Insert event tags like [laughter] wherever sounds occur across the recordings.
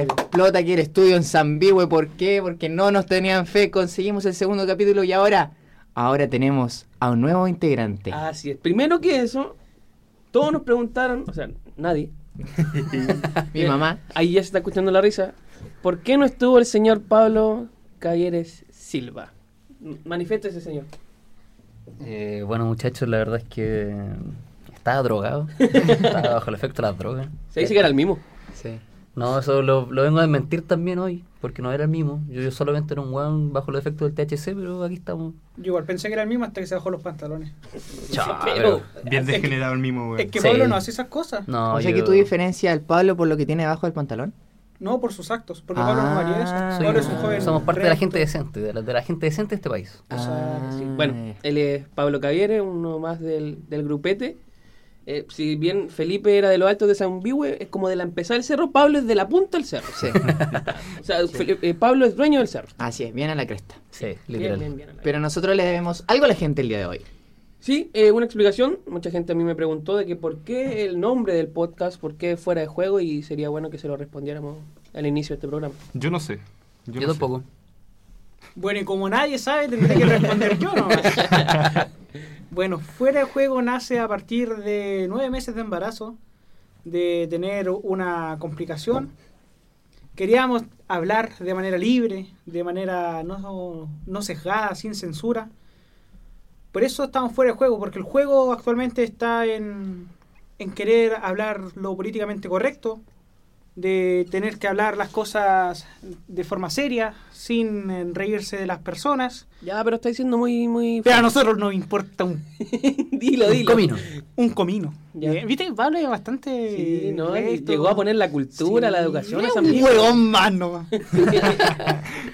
Explota aquí el estudio en Zambihue. ¿Por qué? Porque no nos tenían fe. Conseguimos el segundo capítulo y ahora, ahora tenemos a un nuevo integrante. Así es. Primero que eso, todos nos preguntaron, o sea, nadie. [laughs] Mi mamá. Ahí ya se está escuchando la risa. ¿Por qué no estuvo el señor Pablo Cayeres Silva? M- Manifiéstese, señor. Eh, bueno, muchachos, la verdad es que estaba drogado. [laughs] estaba bajo el efecto de las drogas. Se dice que era el mismo. Sí. No, eso lo, lo vengo a desmentir también hoy, porque no era el mismo. Yo, yo solamente era un weón bajo el efecto del THC, pero aquí estamos. Yo igual pensé que era el mismo hasta que se bajó los pantalones. Chao, pero- Bien degenerado el mismo, Es eh, weón. que Sí. Pablo no hace esas cosas. pero- No, o sea yo- que tú diferencias al Pablo por lo que tiene abajo del pantalón. No por sus actos, porque Ah, Pablo no haría eso. soy Pablo soy- es un joven. somos parte de la recto. gente decente, de la, de la gente decente de este país. O sea, sí. Ah, Bueno, él es Pablo Cavieres, uno más del, del grupete. Eh, si bien Felipe era de los altos de San Bihue, es como de la empezada del cerro, Pablo es de la punta del cerro. Sí. O sea, Felipe- eh, Pablo es dueño del cerro. Así es, bien a la cresta. Sí, Bien, literal. bien, bien. Pero nosotros le debemos algo a la gente el día de hoy. Sí, eh, una explicación. Mucha gente a mí me preguntó de que por qué el nombre del podcast, por qué fuera de juego y sería bueno que se lo respondiéramos al inicio de este programa. Yo no sé. Yo, no sé. tampoco. Bueno, y como nadie sabe, tendré que responder yo nomás. bueno, fuera de juego nace a partir de nueve meses de embarazo, de tener una complicación. Queríamos hablar de manera libre, de manera no, no sesgada, sin censura. Por eso estamos fuera de juego, porque el juego actualmente está en, en querer hablar lo políticamente correcto, de tener que hablar las cosas de forma seria, sin eh, reírse de las personas. Ya, pero está diciendo muy, muy. Pero a nosotros nos importa un, [laughs] dilo, dilo. Comino. un comino. Ya. Eh, Viste que Pablo es bastante. Sí, no, recto. llegó a poner la cultura, Sí, la educación es a San Un Bihue. huevón más nomás.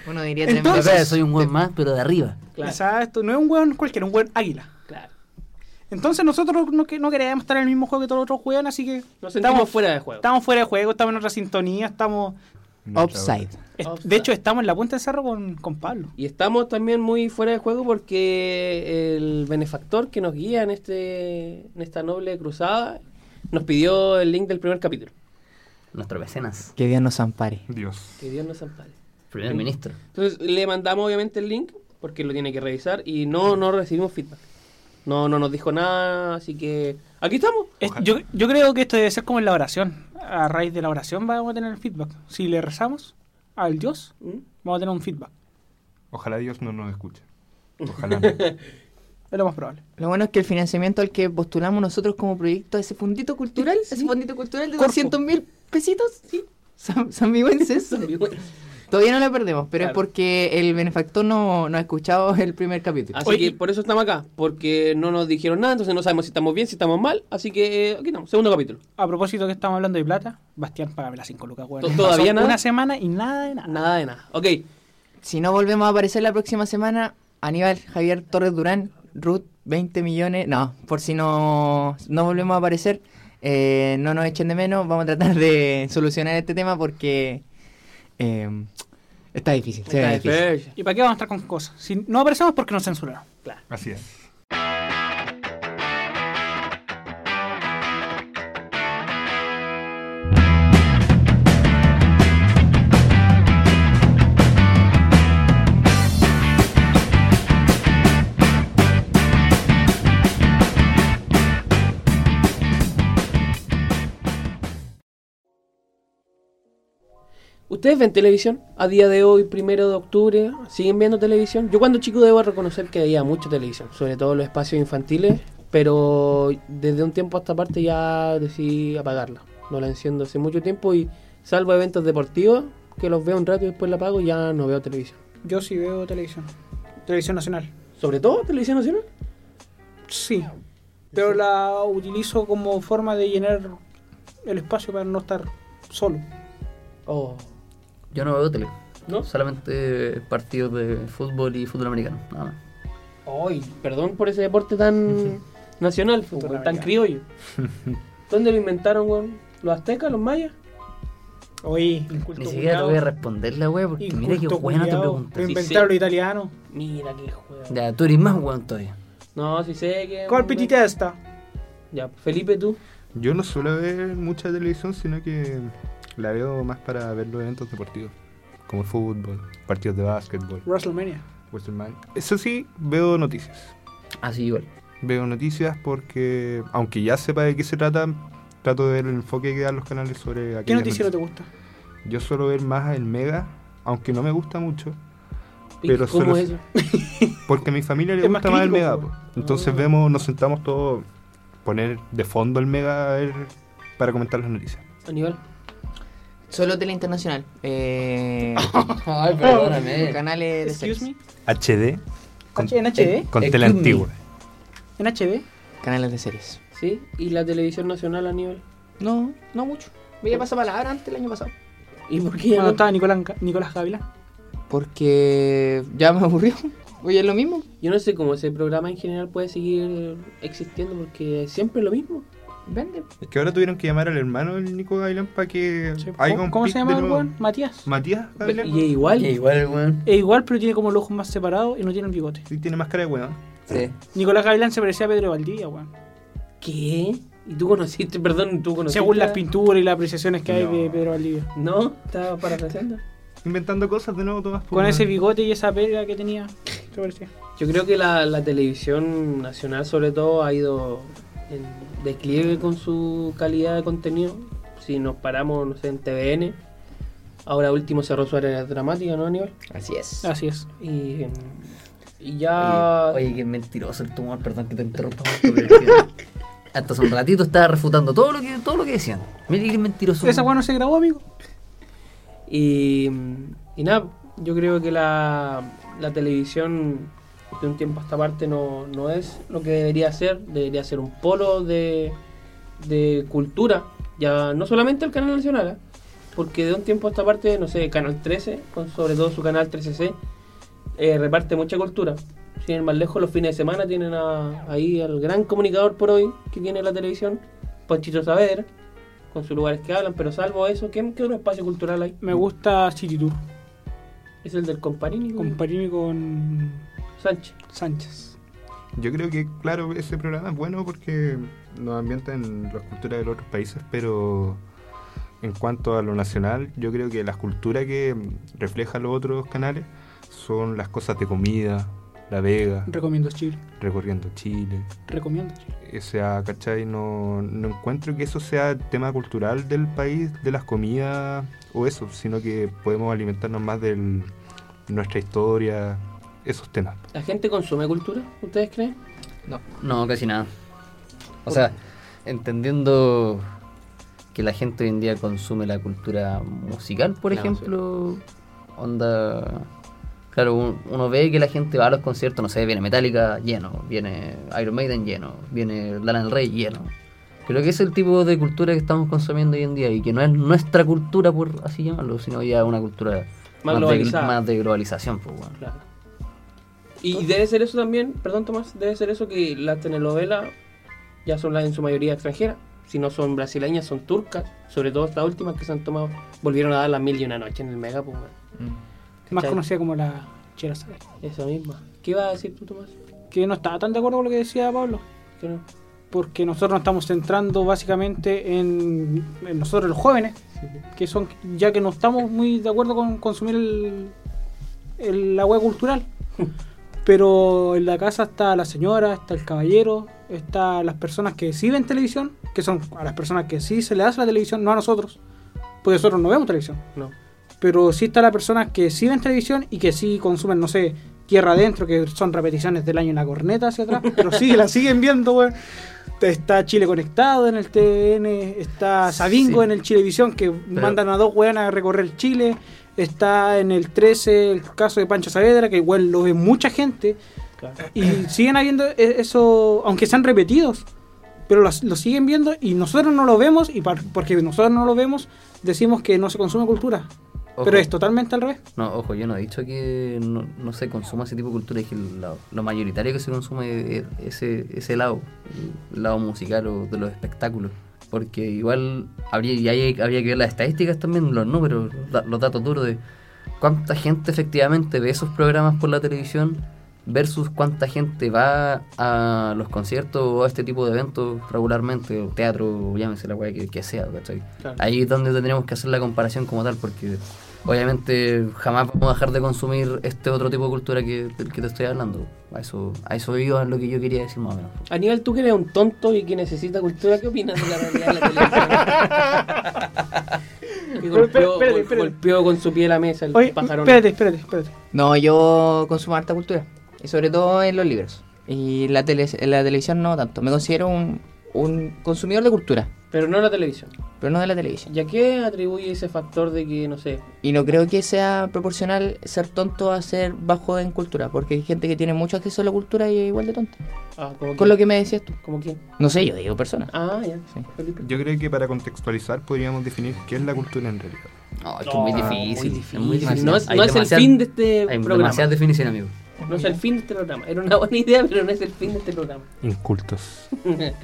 Uno diría O Entonces- sea, soy un weón más, pero de arriba. Claro, Exacto, no es un huevón cualquiera, un huevón águila. claro. Entonces nosotros no, que- no queríamos estar en el mismo juego que todos los otros huevones, así que Nos sentimos fuera de juego. estamos fuera de juego, estamos en otra sintonía, estamos. No, Upside. est- Offside. de hecho, estamos en la punta del cerro con, con Pablo. Y estamos también muy fuera de juego porque el benefactor que nos guía en, este, en esta noble cruzada nos pidió el link del primer capítulo. Nuestros vecinas. Que Dios nos ampare. chavo. Dios. Que Dios nos ampare. Primer ministro. Entonces le mandamos obviamente el link porque lo tiene que revisar y no, no recibimos feedback. No, no nos dijo nada, así que aquí estamos. Es- yo, yo creo que esto debe ser como en la oración. A raíz de la oración vamos a tener el feedback. Si le rezamos al Dios, ¿Mm? vamos a tener un feedback. Ojalá Dios no nos escuche. Ojalá. no. Es lo más probable. Lo bueno es que el financiamiento al que postulamos nosotros como proyecto, ese fundito cultural, ese fundito cultural de Corpo. 200 mil pesitos, sí, san- sanmigüenses. [laughs] Todavía no la perdemos, pero es Claro. porque el benefactor no, no ha escuchado [laughs] el primer capítulo. Así Oye, que y- por eso estamos acá, porque no nos dijeron nada, entonces no sabemos si estamos bien, si estamos mal, así que eh, aquí estamos, segundo capítulo. A propósito que estamos hablando de plata, Bastián, págame las 5 lucas, weón. To- todavía Pasó nada. Una semana y nada de nada. Nada de nada. Ok, Si no volvemos a aparecer la próxima semana, Aníbal Javier Torres Durán, Ruth, 20 millones. No, por si no, no volvemos a aparecer, eh, no nos echen de menos. Vamos a tratar de [laughs] solucionar este tema porque eh, está difícil. se ve Está difícil. difícil. ¿Y para qué vamos a estar con cosas? Si no aparecemos porque nos censuraron. Así es. ¿Ustedes ven televisión? A día de hoy, primero de octubre, ¿siguen viendo televisión? Yo cuando chico debo reconocer que veía mucha televisión, sobre todo en los espacios infantiles, pero desde un tiempo a esta parte ya decidí apagarla. No la enciendo hace mucho tiempo y salvo eventos deportivos, que los veo un rato y después la apago, ya no veo televisión. Yo sí veo televisión. Televisión nacional. Sobre todo televisión nacional. Sí. Pero la utilizo como forma de llenar el espacio para no estar solo. Oh, Yo no veo tele. ¿no? Solamente partidos de fútbol y fútbol americano. Nada más. Ay, perdón por ese deporte [laughs] tan nacional, pues, weón, tan Sudamericano. [laughs] criollo. ¿Dónde lo inventaron, weón? ¿Los aztecas, los mayas? Oye, inculto Ni siquiera te culiao. voy a responder la wea porque mira qué Inculto buena te culiao. pregunta. Lo Sí, inventaron sí. los italianos. Mira qué juego. Ya, tú eres más weón todavía. No, sí sé que. ¿Cuál pitita esta? Ya, Felipe, tú. Yo no suelo ver mucha televisión, sino que La veo más para ver los eventos deportivos, como el fútbol, partidos de básquetbol, WrestleMania. Westerman. Eso sí, veo noticias. Así Ah, igual. Veo noticias porque, aunque ya sepa de qué se trata, trato de ver el enfoque que dan los canales sobre ¿Qué aquellas noticiero te gusta? Yo suelo ver más el Mega, aunque no me gusta mucho, ¿Y Pero ¿Cómo solo- es eso? porque a mi familia le Es más gusta más el crítico, Mega. po. po. Entonces Ah. vemos, nos sentamos todos, poner de fondo el Mega a ver, para comentar las noticias. Aníbal. Solo tele internacional. [laughs] Eh, [laughs] Ay, perdóname. canales de Excuse series. me. HD con, eh, H- ¿En HD? con Excuse tele me. antigua. ¿En HD? Canales de series. ¿Sí? ¿Y la televisión nacional, Aníbal? No, no mucho. Veía pasapalabra antes el año pasado. ¿Y por qué ya Cuando no estaba Nicolás, Nicolás Gávila. Porque ya me [laughs] aburrió. Oye, es lo mismo. Yo no sé cómo ese programa en general puede seguir existiendo porque siempre es lo mismo. Vende. Es que ahora tuvieron que llamar al hermano del Nico Gailán para que Sí. haga ¿Cómo, un cómo pic se de llama el nuevo. weón? Matías. Matías Gailán. Y es igual. Ya, [laughs] Igual, weón. Es igual, pero tiene como los ojos más separados y no tiene el bigote. Sí, tiene más cara de weón. Sí. Nicolás Gavilán se parecía a Pedro Valdivia, weón. ¿Qué? ¿Y tú conociste? [laughs] Perdón, ¿tú conociste? Según las a- pinturas y las apreciaciones que hay No. de Pedro Valdivia. No, estaba parafraseando. Inventando cosas de nuevo, Tomás. po, Con weón. ese bigote y esa pega que tenía, se parecía. Yo creo que la, la televisión nacional sobre todo ha ido en declive con su calidad de contenido. Si nos paramos, no sé, en TVN, ahora último cerró su área dramática, ¿no, Aníbal? Así es. Ah. Así es. Y, en- y Oye, ya... Ah. oye, qué mentiroso el tumor, perdón que te interrumpa. mucho, pero es [laughs] que Hasta hace un ratito estaba refutando todo lo que, todo lo que decían. Mira qué mentiroso. Esa weón no se grabó, amigo. Y, y nada, yo creo que la, la televisión de un tiempo a esta parte no, no es lo que debería ser, debería ser un polo de, de cultura, ya no solamente el canal nacional, ¿ah? porque de un tiempo a esta parte, no sé, Canal 13, con sobre todo su canal 13C, eh, reparte mucha cultura. Sin ir más lejos, los fines de semana tienen a- ahí al gran comunicador por hoy que tiene la televisión, Panchito Saavedra, con sus lugares que hablan, pero salvo eso, ¿qué, qué otro espacio cultural hay? Me gusta City Tour. Es el del Comparini, con Comparirme con Sánchez. Sánchez. Yo creo que, claro, ese programa es bueno porque nos ambienta en las culturas de los otros países, pero en cuanto a lo nacional, yo creo que las culturas que mm, reflejan los otros canales son las cosas de comida, la vega, Recomiendo Chile. recorriendo Chile. Recomiendo Chile. O sea, ¿cachai? No, no encuentro que eso sea tema cultural del país, de las comidas o eso, sino que podemos alimentarnos más del- de nuestra historia, esos temas. ¿La gente consume cultura? ¿Ustedes creen? No, no, casi nada. O sea, entendiendo que la gente hoy en día consume la cultura musical, por No, ejemplo, onda... Claro, un- uno ve que la gente va a los conciertos, no sé, viene Metallica lleno, viene Iron Maiden lleno, viene Lana del Rey lleno. Creo que es el tipo de cultura que estamos consumiendo hoy en día y que no es nuestra cultura, por así llamarlo, sino ya una cultura Más de, globalizada. más de globalización. Pues, bueno. Claro. Y debe ser eso también, perdón Tomás, debe ser eso que las telenovelas ya son las en su mayoría extranjeras. Si no son brasileñas, son turcas. Sobre todo estas últimas que se han tomado, volvieron a dar las mil y una noche en el Mega, pues, bueno, Más ¿Cachai? conocida como la Chera Sabe. esa misma. ¿Qué iba a decir tú, Tomás? Que no estaba tan de acuerdo con lo que decía Pablo. ¿Qué no? Porque nosotros nos estamos centrando básicamente en, en nosotros los jóvenes. Que son, ya que no estamos muy de acuerdo con consumir el, el- la web cultural. Pero en la casa está la señora, está el caballero, está las personas que sí ven televisión, que son a las personas que sí se le hace la televisión, no a nosotros, porque nosotros no vemos televisión. No. pero sí está la persona que sí ven televisión y que sí consumen, no sé, tierra adentro, que son repeticiones del año en la corneta hacia atrás, pero sí, la siguen viendo, weón. Está Chile Conectado en el TN, está Sabingo Sí. en el Chilevisión, que mandan a dos weones a recorrer Chile, está en el 13 el caso de Pancho Saavedra, que igual lo ve mucha gente, Claro. y siguen habiendo e- eso, aunque sean repetidos, pero los- lo, siguen viendo y nosotros no lo vemos, y par- porque nosotros no lo vemos, decimos que no se consume cultura. Ojo. Pero es totalmente al revés. No, ojo, yo no he dicho que no, no se consuma ese tipo de cultura, es que lo, lo mayoritario que se consume es ese, ese lado, el lado musical o de los espectáculos. Porque igual habría, y hay- habría que ver las estadísticas también, los números, los da- los datos duros de cuánta gente efectivamente ve esos programas por la televisión versus cuánta gente va a los conciertos o a este tipo de eventos regularmente, o teatro, llámese la weá que, que sea, ¿cachai? Claro. Ahí es donde tendríamos que hacer la comparación como tal, porque obviamente jamás vamos a dejar de consumir este otro tipo de cultura que, del que te estoy hablando. A eso, a eso iba lo que yo quería decir más o menos. Aníbal, tú que eres un tonto y que necesita cultura, ¿qué opinas de la realidad de la [laughs] televisión? que golpeó, Pero, espérate, gol- espérate. golpeó con su pie la mesa el Oye, pajarón. espérate, espérate, espérate. No, yo consumo harta cultura. Y sobre todo en los libros. Y la, tele, en la televisión no tanto. Me considero un, un consumidor de cultura, Pero no la televisión. pero no de la televisión. ¿Y a qué atribuye ese factor de que, no sé, Y no creo que sea proporcional ser tonto a ser bajo en cultura, porque hay gente que tiene mucho acceso a la cultura y es igual de tonta. ah, como Con lo que me decías tú. como quién? No sé, yo digo persona. Ah, ya. Sí. Felipe. Yo creo que para contextualizar podríamos definir qué es la cultura en realidad. No, es que es muy difícil. es muy difícil. Ah, No es, Hay no es el demasiada- fin de este Hay programa. demasiadas definiciones, amigo. No es el fin de este programa. Era una buena idea, pero no es el fin de este programa. [laughs] [laughs] Incultos.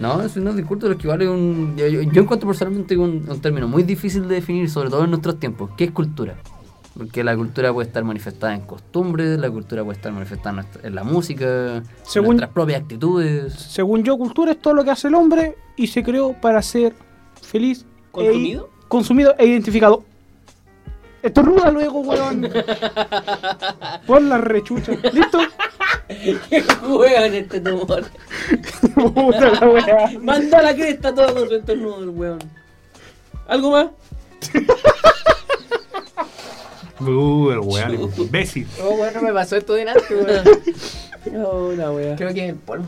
No, es un discurso lo que vale un... Yo, yo- yo encuentro personalmente un, un término muy difícil de definir, sobre todo en nuestros tiempos, que es cultura. Porque la cultura puede estar manifestada en costumbres, la cultura puede estar manifestada en, nuestra- en la música, en Según- nuestras propias actitudes. Según yo, cultura es todo lo que hace el hombre y se creó para ser feliz. e- ¿Consumido? consumido e identificado. Estornuda luego, [laughs] weón. Por la rechucha. ¿Listo? ¡Qué juegan este tumor! Puta la weá. Mandó a la cresta todo con su entorno del weón. ¿Algo más? Uh, el weón, imbécil. Oh, bueno, me pasó esto [laughs] delante, No, la wea. Creo que el polvo.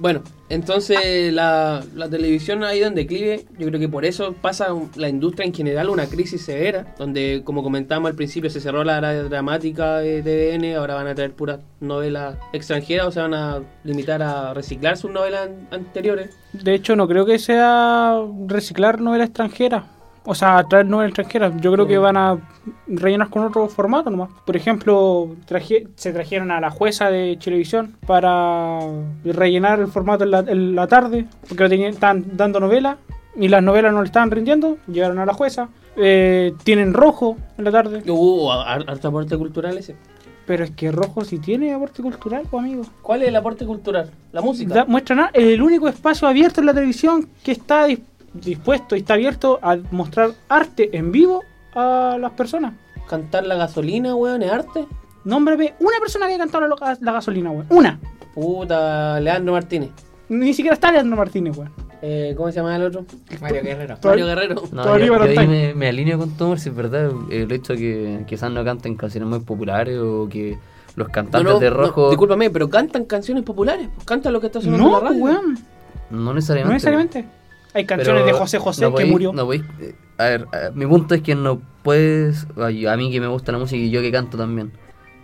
Bueno, entonces la, la televisión ha ido en declive. Yo creo que por eso pasa un- la industria en general una crisis severa, donde como comentábamos al principio se cerró la área dramática de TVN, ahora van a traer puras novelas extranjeras o se van a limitar a reciclar sus novelas an- anteriores. De hecho, no creo que sea reciclar novela extranjera. O sea, traer novela extranjera. Yo creo que van a rellenar con otro formato nomás. Por ejemplo, traje- se trajeron a la jueza de televisión para rellenar el formato en la, en la tarde, porque lo tenían, estaban dando novela y las novelas no le estaban rindiendo. Llegaron a la jueza. Eh, tienen rojo en la tarde. Hubo harta aporte cultural ese. Pero es que rojo sí tiene aporte cultural, pues, amigo. ¿Cuál es el aporte cultural? La música. Da- muestran a- el único espacio abierto en la televisión que está dis- dispuesto y está abierto a mostrar arte en vivo a las personas. Cantar la gasolina, weón, es arte. Nómbrame una persona que ha cantado la, loca- la gasolina, weón. Una. Puta, Leandro Martínez. Ni siquiera está Leandro Martínez, weón. Eh, ¿Cómo se llama el otro? Mario Guerrero. Todavía- Mario Guerrero. No, Todavía yo, no yo ahí está. me, me alineo con todo, si es verdad el hecho de que quizás no canten canciones muy populares o que los No, cantantes no, de no, rojo no, discúlpame, pero cantan canciones populares. pues, Cantan lo que está sonando en No, pues, la radio. weón. No necesariamente. necesariamente. Hay canciones Pero de José José no que podéis- murió. no podéis- eh, a ver, eh, mi punto es que no puedes. ay, A mí que me gusta la música y yo que canto también.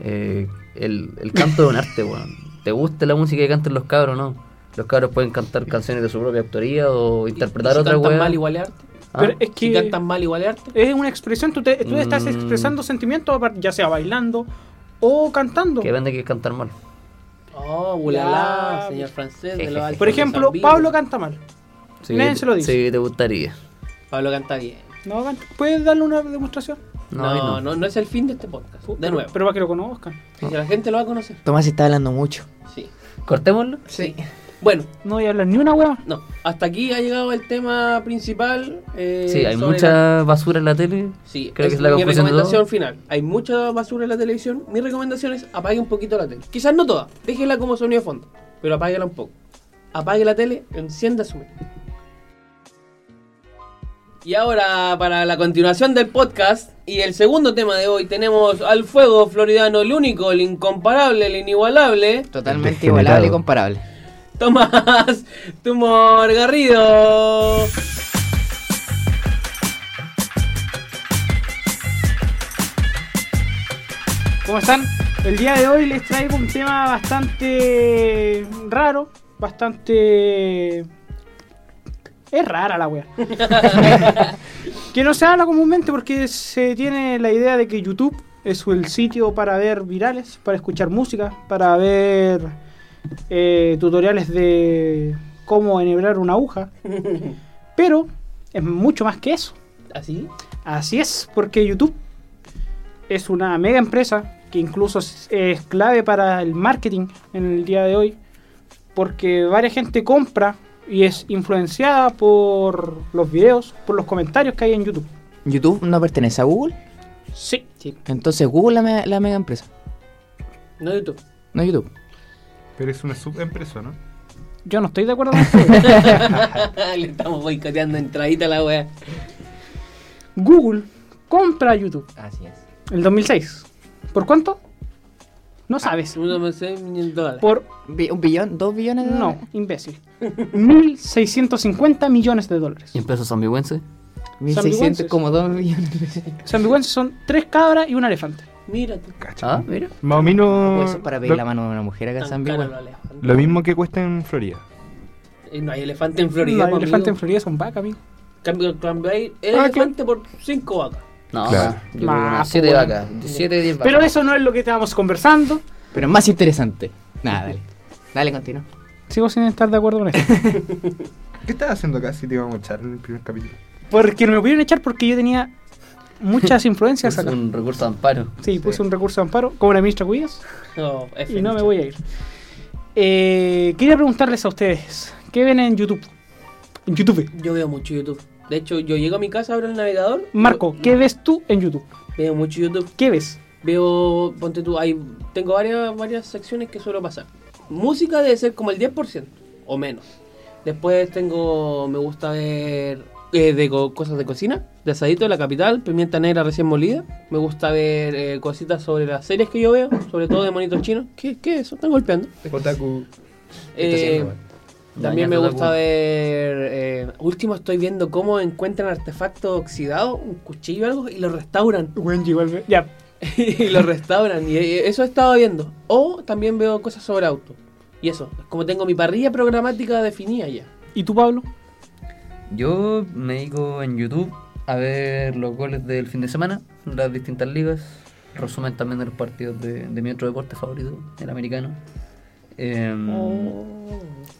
eh, el, el canto es un arte, weón. Te gusta la música que cantan los cabros, ¿no? Los cabros pueden cantar canciones de su propia autoría o interpretar si otra cantan weá. mal igual es arte. Ah, Pero es Si que cantan mal igual es arte. es una expresión. Tú, te- tú estás Mm. expresando sentimientos, apar- ya sea bailando o cantando. Que vende que es cantar mal. Oh, ulala, Ya. pues. señor francés. Jejeje. De los altos Por ejemplo, Zambito. Pablo canta mal. Sí, Nadie se lo dice. Sí, te gustaría. Pablo canta bien. No, canta. ¿Puedes darle una demostración? No, No, ahí no, no. no, es el fin de este podcast. De nuevo. Pero para que lo conozcan. si la gente lo va a conocer. Tomás está hablando mucho. Sí. Cortémoslo. Sí. Bueno, No voy a hablar ni una weón. no. Hasta aquí ha llegado el tema principal. eh, Sí, hay sobre mucha la- basura en la tele. Sí, creo que es es la mi conclusión de recomendación todo. final. Hay mucha basura en la televisión. Mi recomendación es apague un poquito la tele. Quizás no toda, déjela como sonido de fondo, pero apáguela un poco. Apague la tele, encienda su mente. Y ahora, para la continuación del podcast y el segundo tema de hoy, tenemos al fuego floridano, el único, el incomparable, el inigualable, Totalmente Degenerado. igualable y comparable. Tomás Tumor Garrido. ¿Cómo están? El día de hoy les traigo un tema bastante raro, bastante... Es rara [laughs] la wea. que no se habla comúnmente porque se tiene la idea de que YouTube es el sitio para ver virales, para escuchar música, para ver eh, tutoriales de cómo enhebrar una [laughs] aguja. Pero es mucho más que eso. ¿Así? Así es, porque YouTube es una mega empresa que incluso es, es clave para el marketing en el día de hoy, porque varias gente compra y es influenciada por los videos, por los comentarios que hay en YouTube. YouTube no pertenece a Google. Sí. Entonces Google es la, me- la mega empresa, No YouTube. [laughs] no YouTube. Pero es una subempresa, ¿no? Yo no estoy de acuerdo con eso. Le estamos boicoteando entradita a la wea. Google compra YouTube Así es. en el 2006. ¿Por cuánto? No sabes. Uno me sé, mil dólares. Por ¿Un billón? ¿Dos billones de No, dólares? imbécil. 1.650 millones de dólares. ¿Y en pesos zombihuenses? 1600, Sandigüenses. como dos billones. Sandigüenses son tres cabras y un elefante. Mira tú. Ah, mira. Más o menos. [laughs] eso es para pedir lo, la mano de una mujer acá en San Tan Miguel. caro los elefantes. lo mismo que cuesta en Florida. Eh, No hay elefante en Los Florida. elefantes po, en amigo. Florida son vacas, amigo. Cambio, cambio ahí el Ah, elefante por cinco vacas. No, Claro. yo creo que Más, unas siete pues, vacas. Siete, diez vacas. Pero eso no es lo que estábamos conversando. Pero más interesante. Nada, dale. Dale, continúa. Sigo sin estar de acuerdo con esto. ¿Qué estás haciendo acá si te íbamos a echar en el primer capítulo? [laughs] Porque me pudieron echar porque yo tenía [laughs] muchas influencias es acá. un recurso de amparo. Sí, puse un recurso de amparo como la ministra Cubillas No, y no me voy a ir. Eh, quería preguntarles a ustedes, ¿qué ven en YouTube? En YouTube. Yo veo mucho YouTube. De hecho, yo llego a mi casa, abro el navegador. Marco, ¿qué ves tú en YouTube? Veo mucho YouTube. ¿Qué ves? Veo, ponte tú, hay, tengo varias, varias secciones que suelo pasar. Música debe ser como el 10% o menos. Después tengo, me gusta ver eh, de co- cosas de cocina, de asadito de la capital, pimienta negra recién molida. Me gusta ver eh, cositas sobre las series que yo veo, sobre todo de monitos chinos. ¿Qué, qué es eso? Están golpeando. Pues, Otaku. Eh, también me Dañando gusta la- ver. eh, último, estoy viendo cómo encuentran artefactos oxidados, un cuchillo o algo, y lo restauran. Ya, [laughs] y lo restauran. Y eh, eso he estado viendo. O también veo cosas sobre autos. Y eso, como tengo mi parrilla programática definida ya. ¿y tú, Pablo? Yo me dedico en YouTube a ver los goles del fin de semana, las distintas ligas, resumen también de los partidos de, de mi otro deporte favorito, el americano. Em, Oh.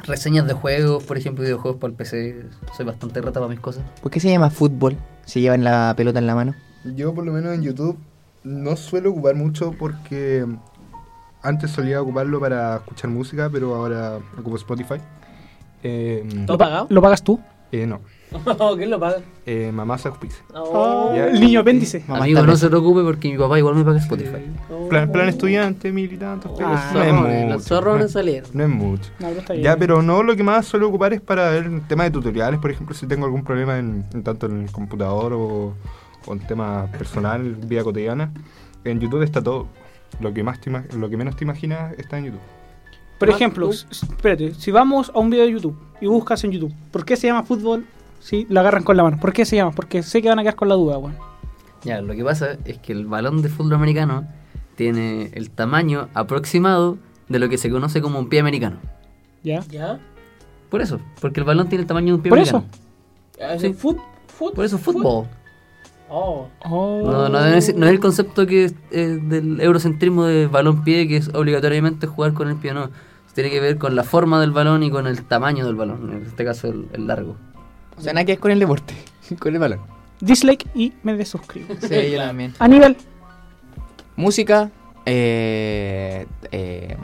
Reseñas de juegos, por ejemplo, videojuegos para el PC. Soy bastante rata para mis cosas. ¿Por qué se llama fútbol si llevan la pelota en la mano? Yo por lo menos en YouTube no suelo ocupar mucho porque antes solía ocuparlo para escuchar música, pero ahora ocupo Spotify. Eh, ¿Todo pagado? Oh, ¿Lo pagas tú? eh, no, [laughs] ¿Quién lo paga? eh, mamá se auspicia. Oh, Ya. El niño apéndice. Mamá, Amigo, está no bien. se preocupe porque mi papá igual me paga Spotify. oh. Plan, plan estudiante, militantes, pero Ah, no, es zorrones, los mucho, zorrones no es- salieron. No es mucho. No, pero está bien. Ya, pero no, lo que más suelo ocupar es para ver el tema de tutoriales, por ejemplo, si tengo algún problema en, en tanto en el computador o con tema personal, vida cotidiana. En YouTube está todo. Lo que, más te ima- lo que menos te imaginas está en YouTube. Por Más ejemplo, tú. s- espérate, si vamos a un video de YouTube y buscas en YouTube, ¿por qué se llama fútbol? Si la agarran con la mano. ¿Por qué se llama? Porque sé que van a quedar con la duda, weón. Ya, lo que pasa es que el balón de fútbol americano tiene el tamaño aproximado de lo que se conoce como un pie americano. ¿Ya? ¿Ya? Por eso, porque el balón tiene el tamaño de un pie Por eso. americano. ¿Es Sí. el fut, fut- Por eso es fut- fútbol. Oh. Oh. No, no, es, no es el concepto que es, eh, del eurocentrismo de balón-pie, que es obligatoriamente jugar con el pie, no. Tiene que ver con la forma del balón y con el tamaño del balón, en este caso el, el largo. O sea, nada que ver con el deporte, [laughs] con el balón. Dislike y me desuscribo. Sí, yo también. Aníbal, Música, eh, eh,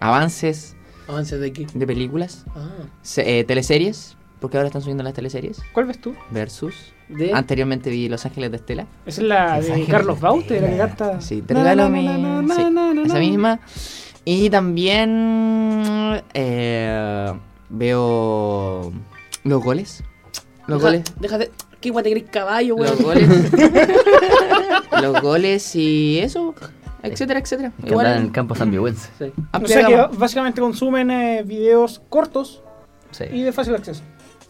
avances Avances de aquí. de películas, Ah. se- eh, teleseries, porque ahora están subiendo las teleseries, ¿cuál ves tú? versus. De... Anteriormente vi Los Ángeles de Estela. Esa es la de Mensaje Carlos de Baute, la que Estela. canta. Sí, te Na, regalo na, mi. na, na, na, sí, na, na, esa na. misma. Y también eh, veo los goles. Los Deja- goles. Déjate. ¿Qué guate querés caballo, weón? Los goles. [laughs] los goles y eso. Etcétera, etcétera. Que Igual andaba en el [laughs] campo sanbihuense. [laughs] Sí. O amplia sea que gama. básicamente consumen eh, videos cortos Sí. y de fácil acceso.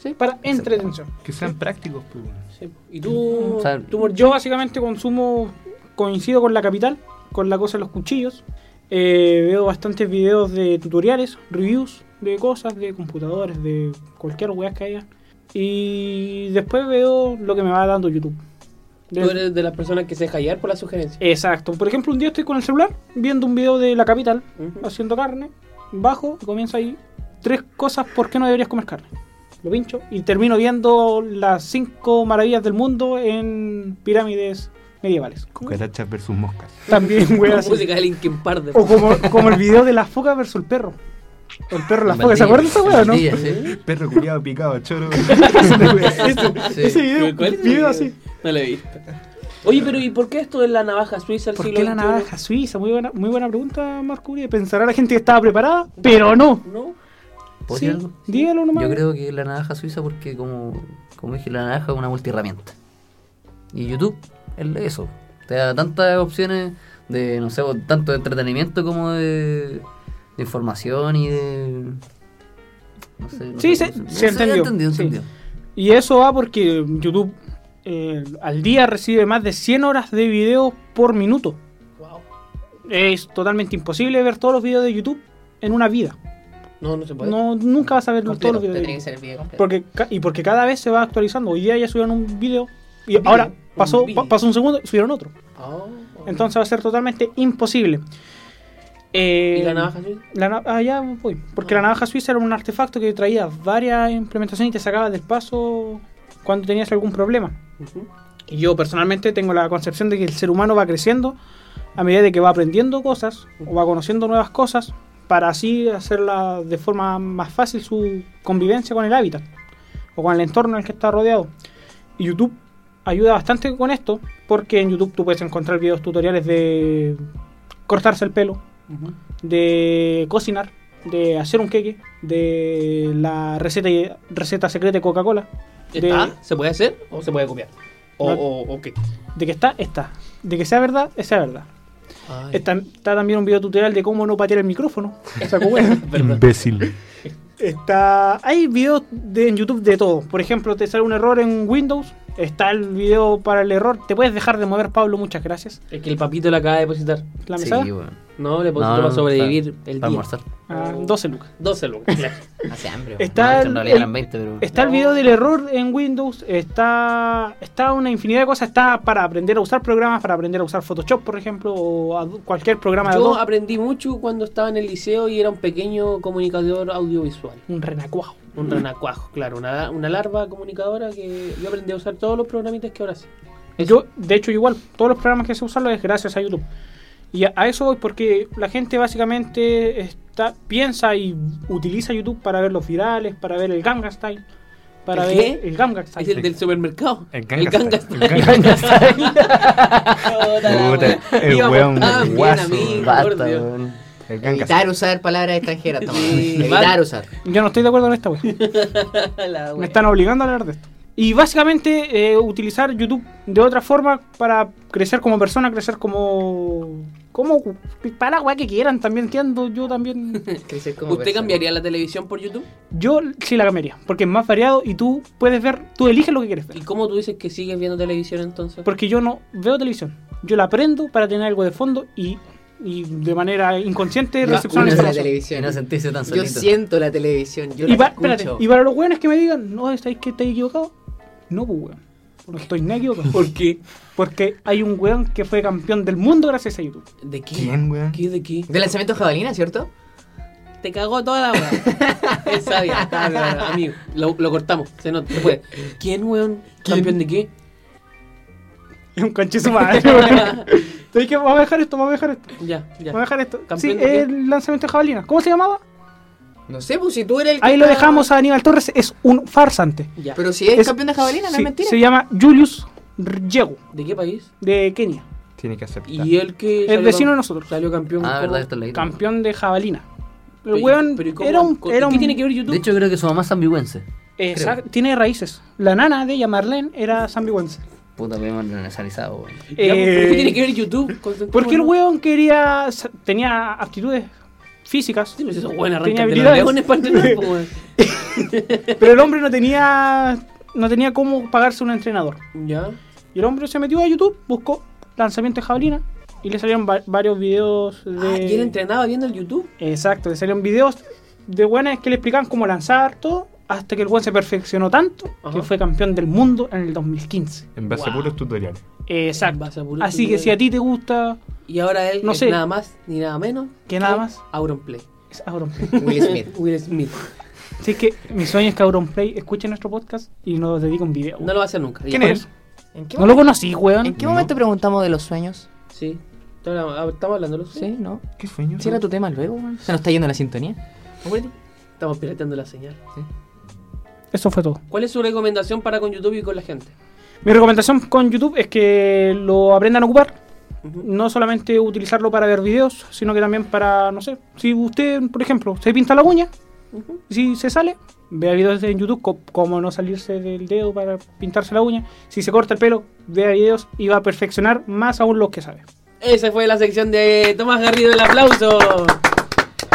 Sí. Para entretención. Que sean prácticos, pues. sí. ¿Y tú? O sea, tú por- Yo básicamente consumo, coincido con la capital, con la cosa de los cuchillos. Eh, veo bastantes videos de tutoriales, reviews de cosas, de computadores, de cualquier weá que haya. Y después veo lo que me va dando YouTube. De- tú eres de las personas que se deja hallar por la sugerencia. Exacto. Por ejemplo, un día estoy con el celular viendo un video de la capital Ujú. haciendo carne. Bajo y comienza ahí tres cosas por qué no deberías comer carne. Lo pincho y termino viendo las cinco maravillas del mundo en pirámides medievales. Cucarachas versus moscas. También, güey, La así. música de Linkin Park. de- O como, como el video de la foca versus el perro. O el perro y la foca, Maldivas, ¿se acuerdan de esa weá, no? Maldivas, sí. Perro culiado picado, choro. [laughs] Eso. Sí. Ese video, ¿Cuál el es el video así. No lo he visto. Oye, pero ¿y por qué esto de la navaja suiza al ¿Por siglo qué la XXI? navaja suiza? Muy buena, muy buena pregunta, Marco Uribe. Pensará la gente que estaba preparada, pero no. ¿No? ¿Puedo Sí, decir algo? dígalo nomás. Yo creo que la navaja suiza porque como, como dije, la navaja es una multiherramienta. Y YouTube es eso. Te da tantas opciones de, no sé, tanto de entretenimiento como de, de información y de... No sé. no Sí, sé se- cómo se entendió, entendió, sí. entendió. Y eso va porque YouTube eh, al día recibe más de 100 horas de videos por minuto. Es totalmente imposible ver todos los videos de YouTube en una vida. No, no se puede. No, nunca vas a ver todos los Completo, videos. de tendría que YouTube. ser el video completo. Porque, ca- y porque cada vez se va actualizando. Hoy día ya subieron un video y ahora video, pasó, un video. pa- pasó un segundo y subieron otro. Ah. Entonces va a ser totalmente imposible. Eh, ¿Y la navaja suiza? La na- ah, ya voy. Porque la navaja suiza era un artefacto que traía varias implementaciones y te sacaba del paso cuando tenías algún problema. Ujú. Y yo personalmente tengo la concepción de que el ser humano va creciendo a medida de que va aprendiendo cosas o va conociendo nuevas cosas para así hacerla de forma más fácil su convivencia con el hábitat o con el entorno en el que está rodeado. Y YouTube ayuda bastante con esto porque en YouTube tú puedes encontrar videos tutoriales de cortarse el pelo, Ujú. de cocinar, de hacer un queque, de la receta, receta secreta de Coca-Cola. De, ¿Está? ¿Se puede hacer o se puede copiar? ¿O, No. o, o qué? de que está, está. De que sea verdad, es sea verdad. [laughs] Está, está también un video tutorial de cómo no patear el micrófono. Esa cueva. Perdón. Imbécil. Está. Hay videos de- en YouTube de todo. Por ejemplo, te sale un error en Windows. Está el video para el error. Te puedes dejar de mover, Pablo. Muchas gracias. Es que el papito le acaba de depositar. La mesada. Sí, bueno. No, le depositó No, no, para sobrevivir para- el para día. almorzar. Ah, 12 lucas. 12 lucas. [laughs] claro. Hace hambre. güey. Está No, en el- realidad el- eran 20, pero... Está el video del error en Windows, está, está una infinidad de cosas, está para aprender a usar programas, para aprender a usar Photoshop, por ejemplo, o ad- cualquier programa de Yo Adobe. aprendí mucho cuando estaba en el liceo y era un pequeño comunicador audiovisual. Un renacuajo. Un renacuajo, claro, una, una larva comunicadora que yo aprendí a usar todos los programitas que ahora sí. Yo, de hecho, igual, todos los programas que sé usarlos es gracias a YouTube. Y a, a eso voy porque la gente básicamente está, piensa y utiliza YouTube para ver los virales, para ver el Gangnam Style, para ¿El ver qué? el Gangnam Es Style. el del supermercado. El El Gangnam ganga Style. El [laughs] Puta, el Íbamos weón tan bien, guaso. amigo, por Basta, Dios. weón. El gangas. Evitar usar palabras extranjeras, toma. Sí, Evitar va- usar. Yo no estoy de acuerdo con esta, wey. La Me wea. están obligando a hablar de esto. Y básicamente eh, utilizar YouTube de otra forma para crecer como persona, crecer como... Como... Para la weá que quieran, también entiendo. [laughs] Yo también... Crecer como ¿Usted persona. cambiaría la televisión por YouTube? Yo sí la cambiaría, porque es más variado y tú puedes ver, tú eliges lo que quieres ¿Y ver. cómo tú dices que sigues viendo televisión entonces? Porque yo no veo televisión. Yo la aprendo para tener algo de fondo y, y de manera inconsciente Yo recepcionar escucho la información. Y televisión. no sentirse tan Yo solito. siento la televisión. Yo Y, la pa- escucho. espérate, y para los weones que me digan, no, ¿sabéis que estáis equivocado? No, pues weón. No estoy nada equivocado. ¿Por qué? Porque hay un weón que fue campeón del mundo gracias a YouTube. ¿De qué? ¿Quién, weón? ¿Qué de qué? De lanzamiento de jabalina, ¿cierto? Te cagó toda la weá. [laughs] Él sabía, estaba cagado, amigo. Lo, lo cortamos, se nota, se puede. ¿Quién, weón? ¿Campeón de qué? Es un [laughs] conchazo madre, weón. Entonces que vamos a dejar esto, vamos a dejar esto. Ah, Ya, ya. Vamos a dejar esto. Sí, ¿Campeón de qué? el lanzamiento de jabalina. ¿Cómo se llamaba? No sé, pues si tú eres el. que Ahí lo está- dejamos a Aníbal Torres. Es un farsante. Ya. Pero si es, campeón de jabalina, no sí, es mentira. Se llama Julius Rjegu, ¿De qué país? de Kenia. Tiene que aceptar. Y el que. Es salió vecino de cam- nosotros. Salió campeón. Ah, como- verdad, esto es leído. Campeón de jabalina. Pero El y- weón pero ¿y cómo- era un. co- Era ¿y un ¿Qué tiene que ver YouTube? De hecho, creo que su mamá es ambigüense. Exacto, tiene raíces. La nana de ella, Marlene, era zambigüense. Puta, me hemos analizado, weón. Ya, pero ¿Qué eh, tiene que ver YouTube? Concentrémonos. Porque el weón quería. tenía aptitudes físicas. Sí, pues esos weones arrancan tenía de los habilidades. leones para entrenar, po, weón. [laughs] Pero el hombre no tenía. No tenía cómo pagarse un entrenador. Ya. Y el hombre se metió a YouTube, buscó lanzamiento de jabalina y le salieron va- varios videos de. Ah, y él entrenaba viendo el YouTube. Exacto, le salieron videos de buenas que le explicaban cómo lanzar todo, hasta que el buen se perfeccionó tanto Ajá. que fue campeón del mundo en el 2015. En base a Wow. puros tutoriales. Exacto. Vas a puro Así que tutorial. si a ti te gusta, Y ahora él No es sé. nada más ni nada menos. ¿Qué nada más? Auronplay. es Auron [laughs] Will Smith. [laughs] Will Smith. Así que mi sueño es que Auron Play escuche nuestro podcast y nos dedique un video. No lo va a hacer nunca. ¿Quién Ya. es? ¿En qué, No lo momento, conocí, ¿en weón. qué momento preguntamos de los sueños? Sí. Estamos ah, estamos hablando, ¿no? ¿Sí? ¿No? ¿Qué sueño? Cierra tu tema luego, weón. Se nos está yendo la sintonía. Acuérdate. Estamos pirateando la señal. Eso fue todo. ¿Cuál es su recomendación para con YouTube y con la gente? Mi recomendación con YouTube es que lo aprendan a ocupar. Ujú. No solamente utilizarlo para ver videos, sino que también para, no sé, si usted, por ejemplo, se pinta la uña, Ujú. si se sale, vea videos en YouTube co- cómo no salirse del dedo para pintarse la uña. Si se corta el pelo, vea videos y va a perfeccionar más aún lo que sabe. Esa fue la sección de Tomás Garrido, el aplauso.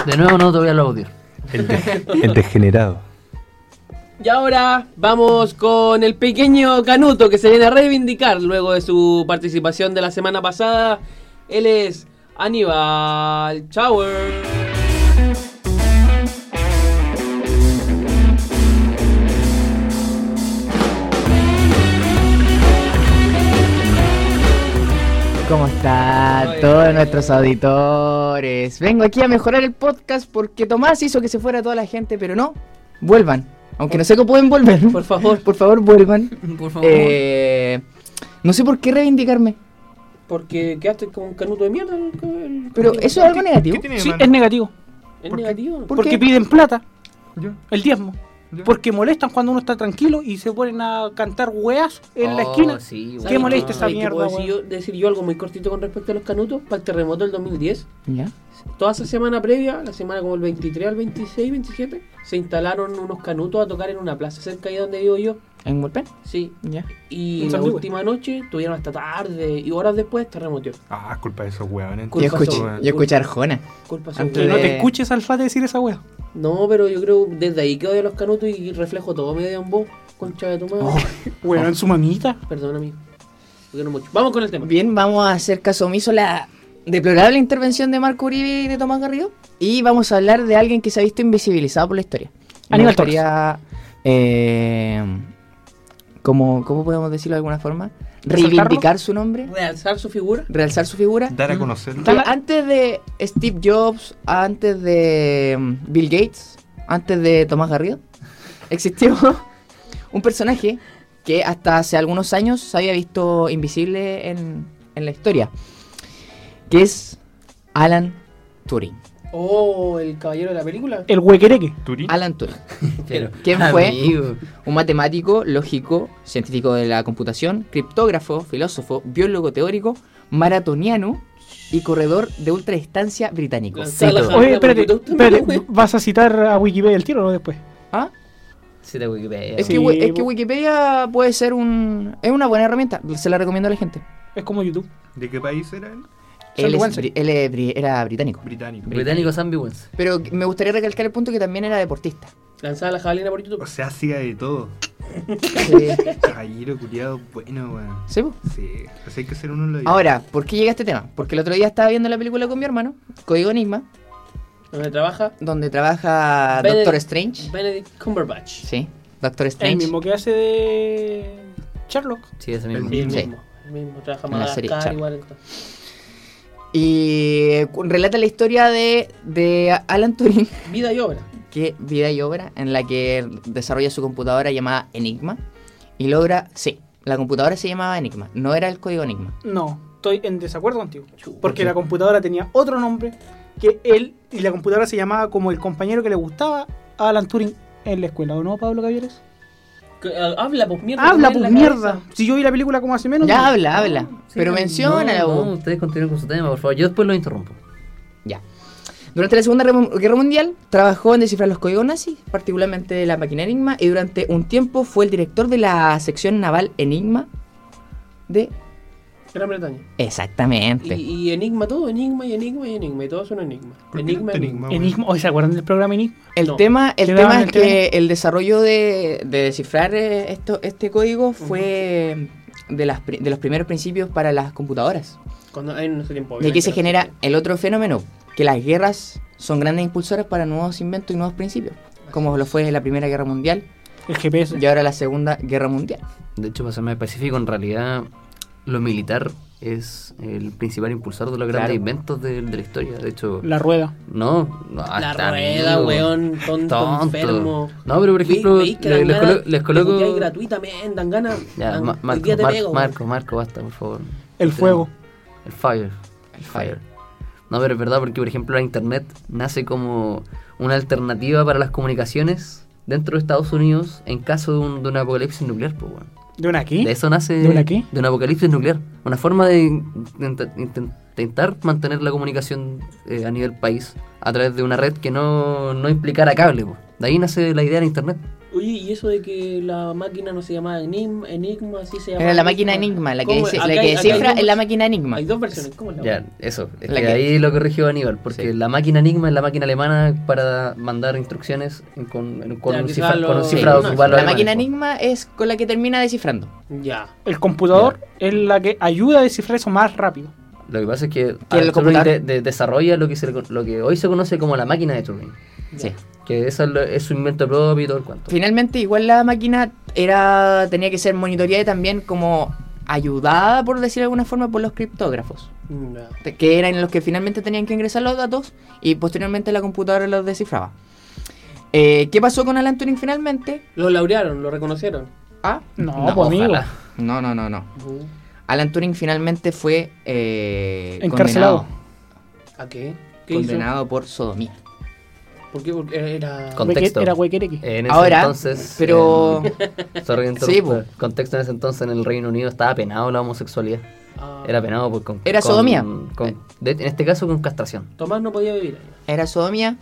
De nuevo no te voy al audio. El, de- el degenerado. Y ahora vamos con el pequeño Canuto que se viene a reivindicar luego de su participación de la semana pasada. Él es Aníbal Chauer. ¿Cómo están Muy todos bien. nuestros auditores? Vengo aquí a mejorar el podcast porque Tomás hizo que se fuera toda la gente, pero no, vuelvan. Aunque no sé cómo pueden volver. [laughs] Por favor. Por favor, [laughs] vuelvan. Por favor. Eh, no sé por qué reivindicarme, Porque quedaste con un Canuto de mierda. el- el- pero el- eso es algo negativo. ¿Qué tiene de Sí, malo? es negativo. el ¿por qué? negativo. ¿Por porque qué? piden plata, Ya, el diezmo. ya. Porque molestan cuando uno está tranquilo y se ponen a cantar weas en la Oh, esquina. sí, ¿Qué weón. molesta esa Ay, ¿te mierda, puedo decir yo, decir yo algo muy cortito con respecto a los Canutos para el terremoto del 2010. ¿Ya? Toda esa semana previa, la semana como el 23 al 26, 27, se instalaron unos Canutos a tocar en una plaza cerca de donde vivo yo. ¿En Wolpen? Sí, ¿Ya? Y En la San Miguel. última noche tuvieron hasta tarde y horas después este terremoteó. Ah, culpa de esos huevones. Yo Culpa escuché, sobre- yo escuché a Arjona. Culpa Antes Que suya. no de- Eh. te escuches alfa decir esa wea. No, pero yo creo desde ahí que odio a los canutos y reflejo todo medio en vos, concha de tu madre. Oh. Weón, su mamita. Perdón, amigo. Lo quiero mucho. Vamos con el tema. Bien, vamos a hacer caso omiso a la deplorable intervención de Marco Uribe y de Tomás Garrido. Y vamos a hablar de alguien que se ha visto invisibilizado por la historia. Me Aníbal gustaría, eh, como, ¿Cómo podemos decirlo de alguna forma? ¿Resaltarlo? Reivindicar su nombre, Realzar su figura. realzar su figura. Dar a conocer. Que antes de Steve Jobs, antes de mm, Bill Gates, antes de Tomás Garrido, existió [laughs] un personaje que hasta hace algunos años se había visto invisible en, en la historia, que es Alan Turing. Oh, el caballero de la película. El huequereque. Turín. Alan Turing, Pero, [laughs] ¿Quién fue? amigo, un matemático, lógico, científico de la computación, criptógrafo, filósofo, biólogo teórico, maratoniano y corredor de ultradistancia británico. Lanzar la Oye, jarra espérate, multitud. espérate, ¿vas a citar a Wikipedia el tiro o no después? ¿Ah? sí te voy a ver. Es, Sí, que, wi- es bu- que Wikipedia puede ser un... Es una buena herramienta, se la recomiendo a la gente. Es como YouTube. ¿De qué país era él? Él, es Wenzel. bri- él es bri- era británico. Británico. Británico Zambiwens. Pero que- me gustaría recalcar el punto que también era [laughs] deportista. Lanzar la jabalina por YouTube. O sea, hacía de todo. Sí, Caballero culiado, bueno, weón. sí, po. Sí, así hay que ser uno en la vida. Ahora, ¿por qué llega este tema? Porque el otro día estaba viendo la película con mi hermano, Código Enigma, Donde trabaja donde trabaja Benedict- Doctor Strange. Benedict Cumberbatch. Sí, Doctor El Strange. mismo que hace de Sherlock. Sí, ese El mismo. mismo. Sí. mismo. El mismo. Trabaja En la serie, Madagascar chao. igual entonces. Y eh, cu- relata la historia de, de Alan Turing, Vida y obra. que vida y obra, en la que desarrolla su computadora llamada Enigma y logra... Sí, la computadora se llamaba Enigma, no era el código Enigma. No, Estoy en desacuerdo contigo. Chuta. Porque la computadora tenía otro nombre que él y la computadora se llamaba como el compañero que le gustaba a Alan Turing en la escuela, ¿o no, Pablo Cavieres? Que- Habla, pues mierda. Habla, ponle pues en la cabeza. mierda. Si yo vi la película como hace menos. Ya ¿no? habla, habla. pero menciona Ah, No, no, ustedes continúen con su tema, por favor. Yo después lo interrumpo. Ya. Durante la Segunda Guerra- Guerra Mundial trabajó en descifrar los códigos nazis, particularmente la máquina Enigma, y durante un tiempo fue el director de la sección naval Enigma de... Gran Bretaña. Y, Exactamente. y enigma todo, enigma y enigma y enigma. Y todo es un enigma. ¿Por qué enigma, tanto enigma. enigma, weón? Enigma, ¿o ¿se acuerdan del programa Enigma? El No. tema, el ¿Te tema daban es el que el desarrollo de, de descifrar eh, esto, este código fue de, las, pri- de los primeros principios para las computadoras. Cuando en nuestro tiempo. Y aquí se obviamente, genera el otro fenómeno, que las guerras son grandes impulsoras para nuevos inventos y nuevos principios, como lo fue la Primera Guerra Mundial El GPS. y ahora la Segunda Guerra Mundial. De hecho, para ser más específico, en realidad, lo militar es el principal impulsor de los grandes inventos de, de la historia. De hecho, La rueda. no, no, La hasta rueda, Ah, amigo. weón, tonto, Tonto. enfermo. No, pero por Veis- ejemplo, veis que le- les Dangana colo- les te coloco- puteáis gratuitamente, dan ganas. Ah, Ya, Ma- Marco, te Mar- pego, weón. Marco, Marco, basta, por favor. Este, El fuego. El fire. El fire. No, pero es verdad porque, por ejemplo, la Internet nace como una alternativa para las comunicaciones dentro de Estados Unidos en caso de un, de un apocalipsis nuclear. Pues, weón. ¿De una aquí? De eso nace... ¿De una qué? de un apocalipsis nuclear. Una forma de intenta- inten- intentar mantener la comunicación eh, a nivel país a través de una red que no, no implicara cable. pues. De ahí nace la idea de Internet. Oye, y eso de que la máquina no se llamaba Enigma, Enigma así se llama. Era la máquina Enigma, la que, ¿Cómo? dice- Acá la hay- que acá hay cifra dos- es la máquina Enigma. Hay dos versiones, ¿cómo es la Ya, eso. Es La que que- ahí lo corrigió Aníbal, porque la máquina Enigma es la máquina alemana para mandar instrucciones en- con, en- con Ya, un, que cifra- sea lo- con un sí, cifrado. no, que sí. igual a la alemán, máquina po. Enigma es con la que termina descifrando. Ya. El computador es la que ayuda a descifrar eso más rápido. Lo que pasa es que el Alan Turing computador- de- de- desarrolla lo que, se le con- lo que hoy se conoce como la máquina de Turing, Sí. que esa es, lo- es su invento propio y todo el cuento. Finalmente, igual la máquina era tenía que ser monitoreada y también como ayudada, por decirlo de alguna forma, por los criptógrafos. Ya. te- que eran los que finalmente tenían que ingresar los datos y posteriormente la computadora los descifraba. Eh, ¿Qué pasó con Alan Turing finalmente? Lo laurearon, lo reconocieron. Ah, No, pues, amigo. ojalá. no, no, no, no. Alan Turing finalmente fue eh, Encarcelado. condenado, ¿A qué? ¿Qué condenado por sodomía. hizo? ¿Por qué? Porque era. Con- Contexto. Eh, Hueque- Era huequereque. En ese Ahora, entonces, pero [laughs] en- sorry, Sí, po. interrumpo. contexto en ese entonces en el Reino Unido estaba penado la homosexualidad. Ah, Era penado por con, Era con- sodomía. con- de- en este caso con castración. Tomás no podía vivir. era sodomía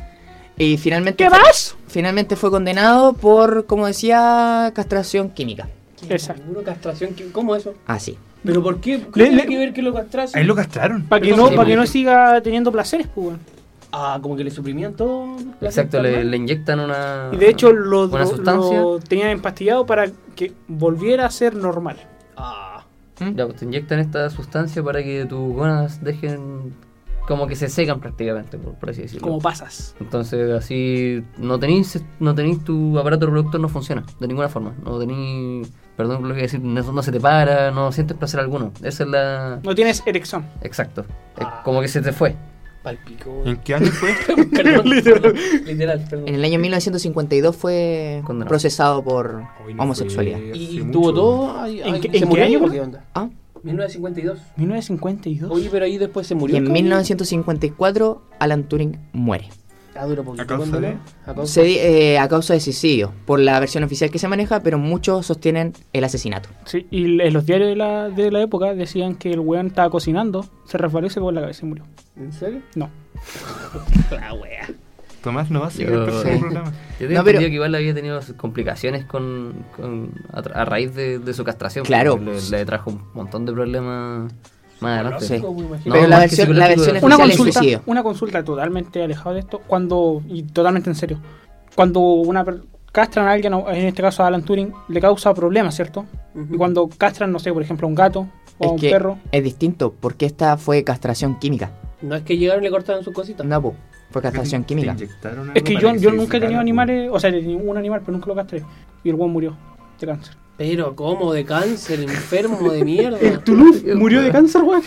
y finalmente ¿Qué fue, vas? finalmente fue condenado por, como decía, castración química. Ah, Exacto. Puro castración, ¿qué- ¿cómo eso? Así. ¿Pero por qué? ¿Qué Le- tiene le- que ver que lo castrasen? Ahí lo castraron. Para que, Pero no, sí, pa' que pues. no siga teniendo placeres, pues. weón. Ah, como que le suprimían todo. la Exacto, gente le, normal. le inyectan una. Y de hecho lo, Ah. Una lo- sustancia. lo tenían empastillado para que volviera a ser normal. Ah, Ya, pues, te inyectan esta sustancia para que tus gonas dejen. como que se secan prácticamente, por, por así decirlo. Como pasas. Entonces, así. no tenéis no tenéis tu aparato reproductor, no funciona de ninguna forma. No tenéis. perdón por lo que voy a decir, no, no se te para, no sientes placer alguno. Esa es la. No tienes erección. Exacto. Es Ah. como que se te fue. palpicó. ¿En qué año fue esto? [laughs] Perdón, literal. literal, perdón. En el año 1952 fue Condenado. procesado por Hoy no homosexualidad. fue Y hace tuvo mucho. todo. Ay, ¿En ay, qué- ¿Se en qué murió año, o bro? qué onda? ¿Ah? 1952. 1952. Oye, pero ahí después se Y murió. en ¿cómo? 1954 Alan Turing muere. Ah, duró poquito. ¿A causa ¿Cuándo de? no? ¿A causa- Se di- eh, a causa de suicidio, por la versión oficial que se maneja, pero muchos sostienen el asesinato. Sí, y en los diarios de la, de la época decían que el weón estaba cocinando, se resbaló y se pegó en la cabeza y murió. ¿En serio? No. La wea. Tomás no va a seguir el Yo- próximo [laughs] programa. Yo No, tenía pero- entendido que igual había tenido sus complicaciones con, con- a, tra- a raíz de, de su castración. Claro. Le, le trajo un montón de problemas más adelante. Sí. ¿Cómo imagino? Pero la más que versión- la psicológico, versión Una Oficial es consulta, suicidio. una consulta totalmente alejada de esto, cuando, y totalmente en serio, cuando una per- castran a alguien, en este caso a Alan Turing, le causa problemas, ¿cierto? Ujú. Y cuando castran, no sé, por ejemplo, a un gato o a Es un que perro, es distinto, porque esta fue castración química. No es que llegaron y le cortaron sus cositas. No, po, fue [laughs] castración Te química. inyectaron algo es que para yo, se yo nunca he secara, tenido po. animales, o sea, tenía un animal, pero nunca lo castré, y el weón murió de cáncer. Pero, ¿cómo? [laughs] De cáncer, enfermo de mierda. Toulouse [laughs] murió de cáncer, weón.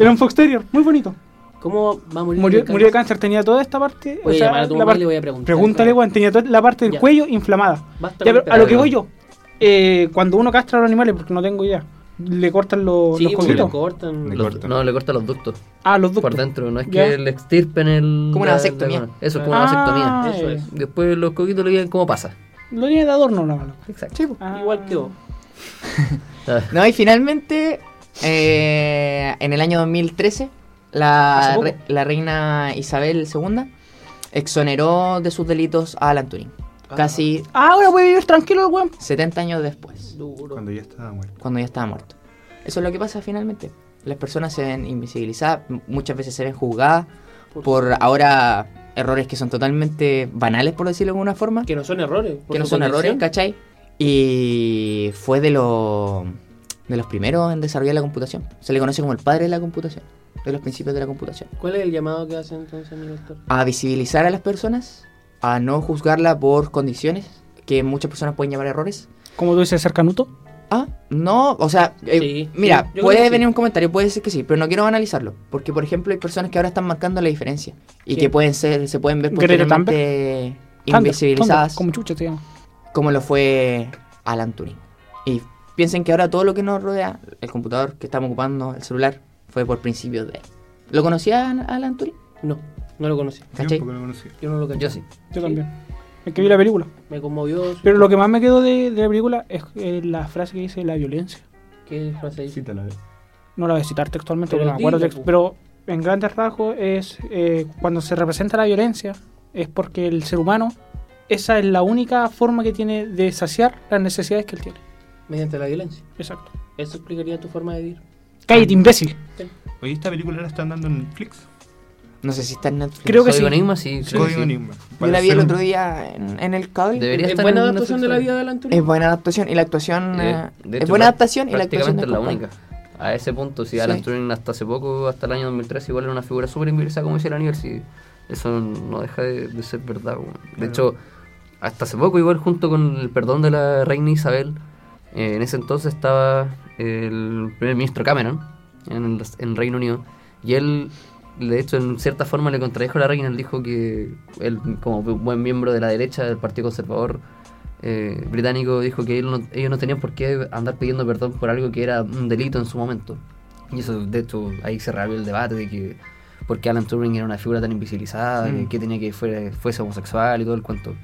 Era un fox terrier, muy bonito. ¿Cómo va a morir Murió, de cáncer? murió de cáncer, tenía toda esta parte. Voy a o sea, llamar a tu la mamá y parte- le voy a preguntar. Pregúntale, weón, tenía toda la parte del Ya. cuello inflamada. Basta Ya, con pero a lo que Claro. voy yo, eh, cuando uno castra a los animales, porque no tengo idea, le cortan los, Sí, pues, los porque lo coquitos. cortan. Le Los- corta. no, le corta los ductos Ah, los por ductos. dentro. No es que Ya. le extirpen el. Como una la- vasectomía. la- eso, como una Ah, vasectomía. Eso eh, es. Después los coquitos le digan cómo pasa. Lo tiene de adorno la mano. Exacto. Ah. Igual que vos. Ah, No, y finalmente, eh, en el año 2013, Hace la, poco. re- la reina Isabel II exoneró de sus delitos a Alan Turing. Ah. Casi Ah, ahora puede vivir tranquilo el weón. 70 años después, Duro. Cuando ya estaba muerto. cuando ya estaba muerto. Eso es lo que pasa finalmente. Las personas se ven invisibilizadas, m- muchas veces se ven juzgadas por ahora errores que son totalmente banales, por decirlo de alguna forma. Que no son errores. por que no su son errores, condición. ¿cachai? Y fue de, lo- de los primeros en desarrollar la computación. Se le conoce como el padre de la computación, de los principios de la computación. ¿Cuál es el llamado que hace entonces mi doctor? A visibilizar a las personas, a no juzgarla por condiciones que muchas personas pueden llamar errores. Como tú dices, ser canuto. Ah, no, o sea, eh, Sí. Sí, mira, yo creo que puede sí. venir un comentario, puede ser que sí, pero no quiero analizarlo, porque por ejemplo hay personas que ahora están marcando la diferencia y Sí. que pueden ser, se pueden ver Greta Thunberg. posteriormente Thunder, invisibilizadas, Thunder, como chucha te llama. como lo fue Alan Turing. Y piensen que ahora todo lo que nos rodea, el computador que estamos ocupando, el celular, fue por principio de él. ¿Lo conocían Alan Turing? No, no lo conocí. ¿Cachai? porque no conocí. Yo no lo caché. Yo sí. Yo también. Es que vi la película. Me conmovió. Pero lo que más me quedó de, de la película es eh, la frase que dice la violencia. ¿Qué frase dice? Cítala, eh. No la voy a citar textualmente, Pero porque no me acuerdo dilo, text- po. pero en grandes rasgos es eh, cuando se representa la violencia es porque el ser humano esa es la única forma que tiene de saciar las necesidades que él tiene. Mediante la violencia. Exacto. Eso explicaría tu forma de vivir. Cállate, imbécil. Oye, esta película la están dando en Netflix. No sé si está en Netflix. Creo que Código sí. Enigma, sí. creo que Código sí. Enigma. Yo la vi el otro día en, en el cable. Debería Es estar buena en adaptación de la Netflix también. vida de Alan Turing. Es buena adaptación y la actuación. eh, De- de es hecho, buena prá- adaptación y la actuación. prácticamente del la compadre. única. A ese punto, si Alan Sí. Turing hasta hace poco, hasta el año 2003, igual era una figura súper invisibilizada como decía la universidad. Eso no deja de, de ser verdad. weón. De hecho, hasta hace poco, igual junto con el perdón de la reina Isabel, eh, en ese entonces estaba el primer ministro Cameron en, el- en Reino Unido. Y él, de hecho, en cierta forma le contradijo a la reina. Él dijo que él, como buen miembro de la derecha del Partido Conservador, eh, británico dijo que él no- ellos no tenían por qué andar pidiendo perdón por algo que era un delito en su momento. Y eso, de hecho, ahí se reabrió el debate de que por qué Alan Turing era una figura tan invisibilizada, Mm. que, que tenía que fuera, fuese homosexual y todo el cuento.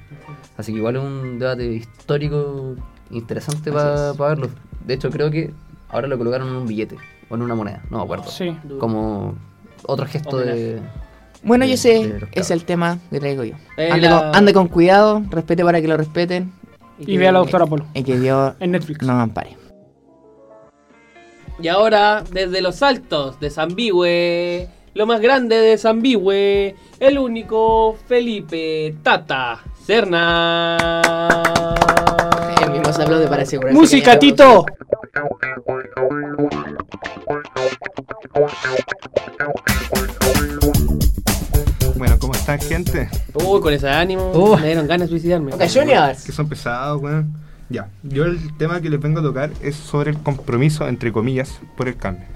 Así que igual es un debate histórico interesante para verlo. De hecho, creo que ahora lo colocaron en un billete o en una moneda, no me acuerdo. Sí. Duro. Como otro gesto de... Bueno, de- yo de sé, los cabros. es el tema que traigo yo. Eh, ande, la- con, ande con cuidado, respete para que lo respeten Y ve a la que- doctora Polo y que Dios en Netflix. nos ampare. Y ahora, desde los altos de Zambihue, lo más grande de Zambihue, el único Felipe Tata Serna. El mismo se aplaude para asegurarse. Ah. Música, Tito. Bueno, ¿cómo están, gente? Uy, con ese ánimo, Uh. me dieron ganas de suicidarme. Que son pesados, weón. Ya, yo el tema que les vengo a tocar es sobre el compromiso, entre comillas, por el cambio.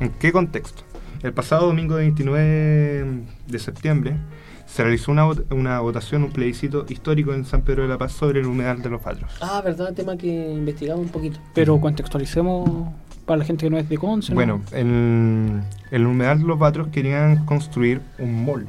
¿En qué contexto? El pasado domingo 29 de septiembre se realizó una, vot- una votación, un plebiscito histórico en San Pedro de la Paz sobre el humedal de los Patros. Ah, verdad, tema que investigamos un poquito. Pero contextualicemos para la gente que no es de Conce. ¿no? Bueno, en el humedal de los Patros querían construir un mall.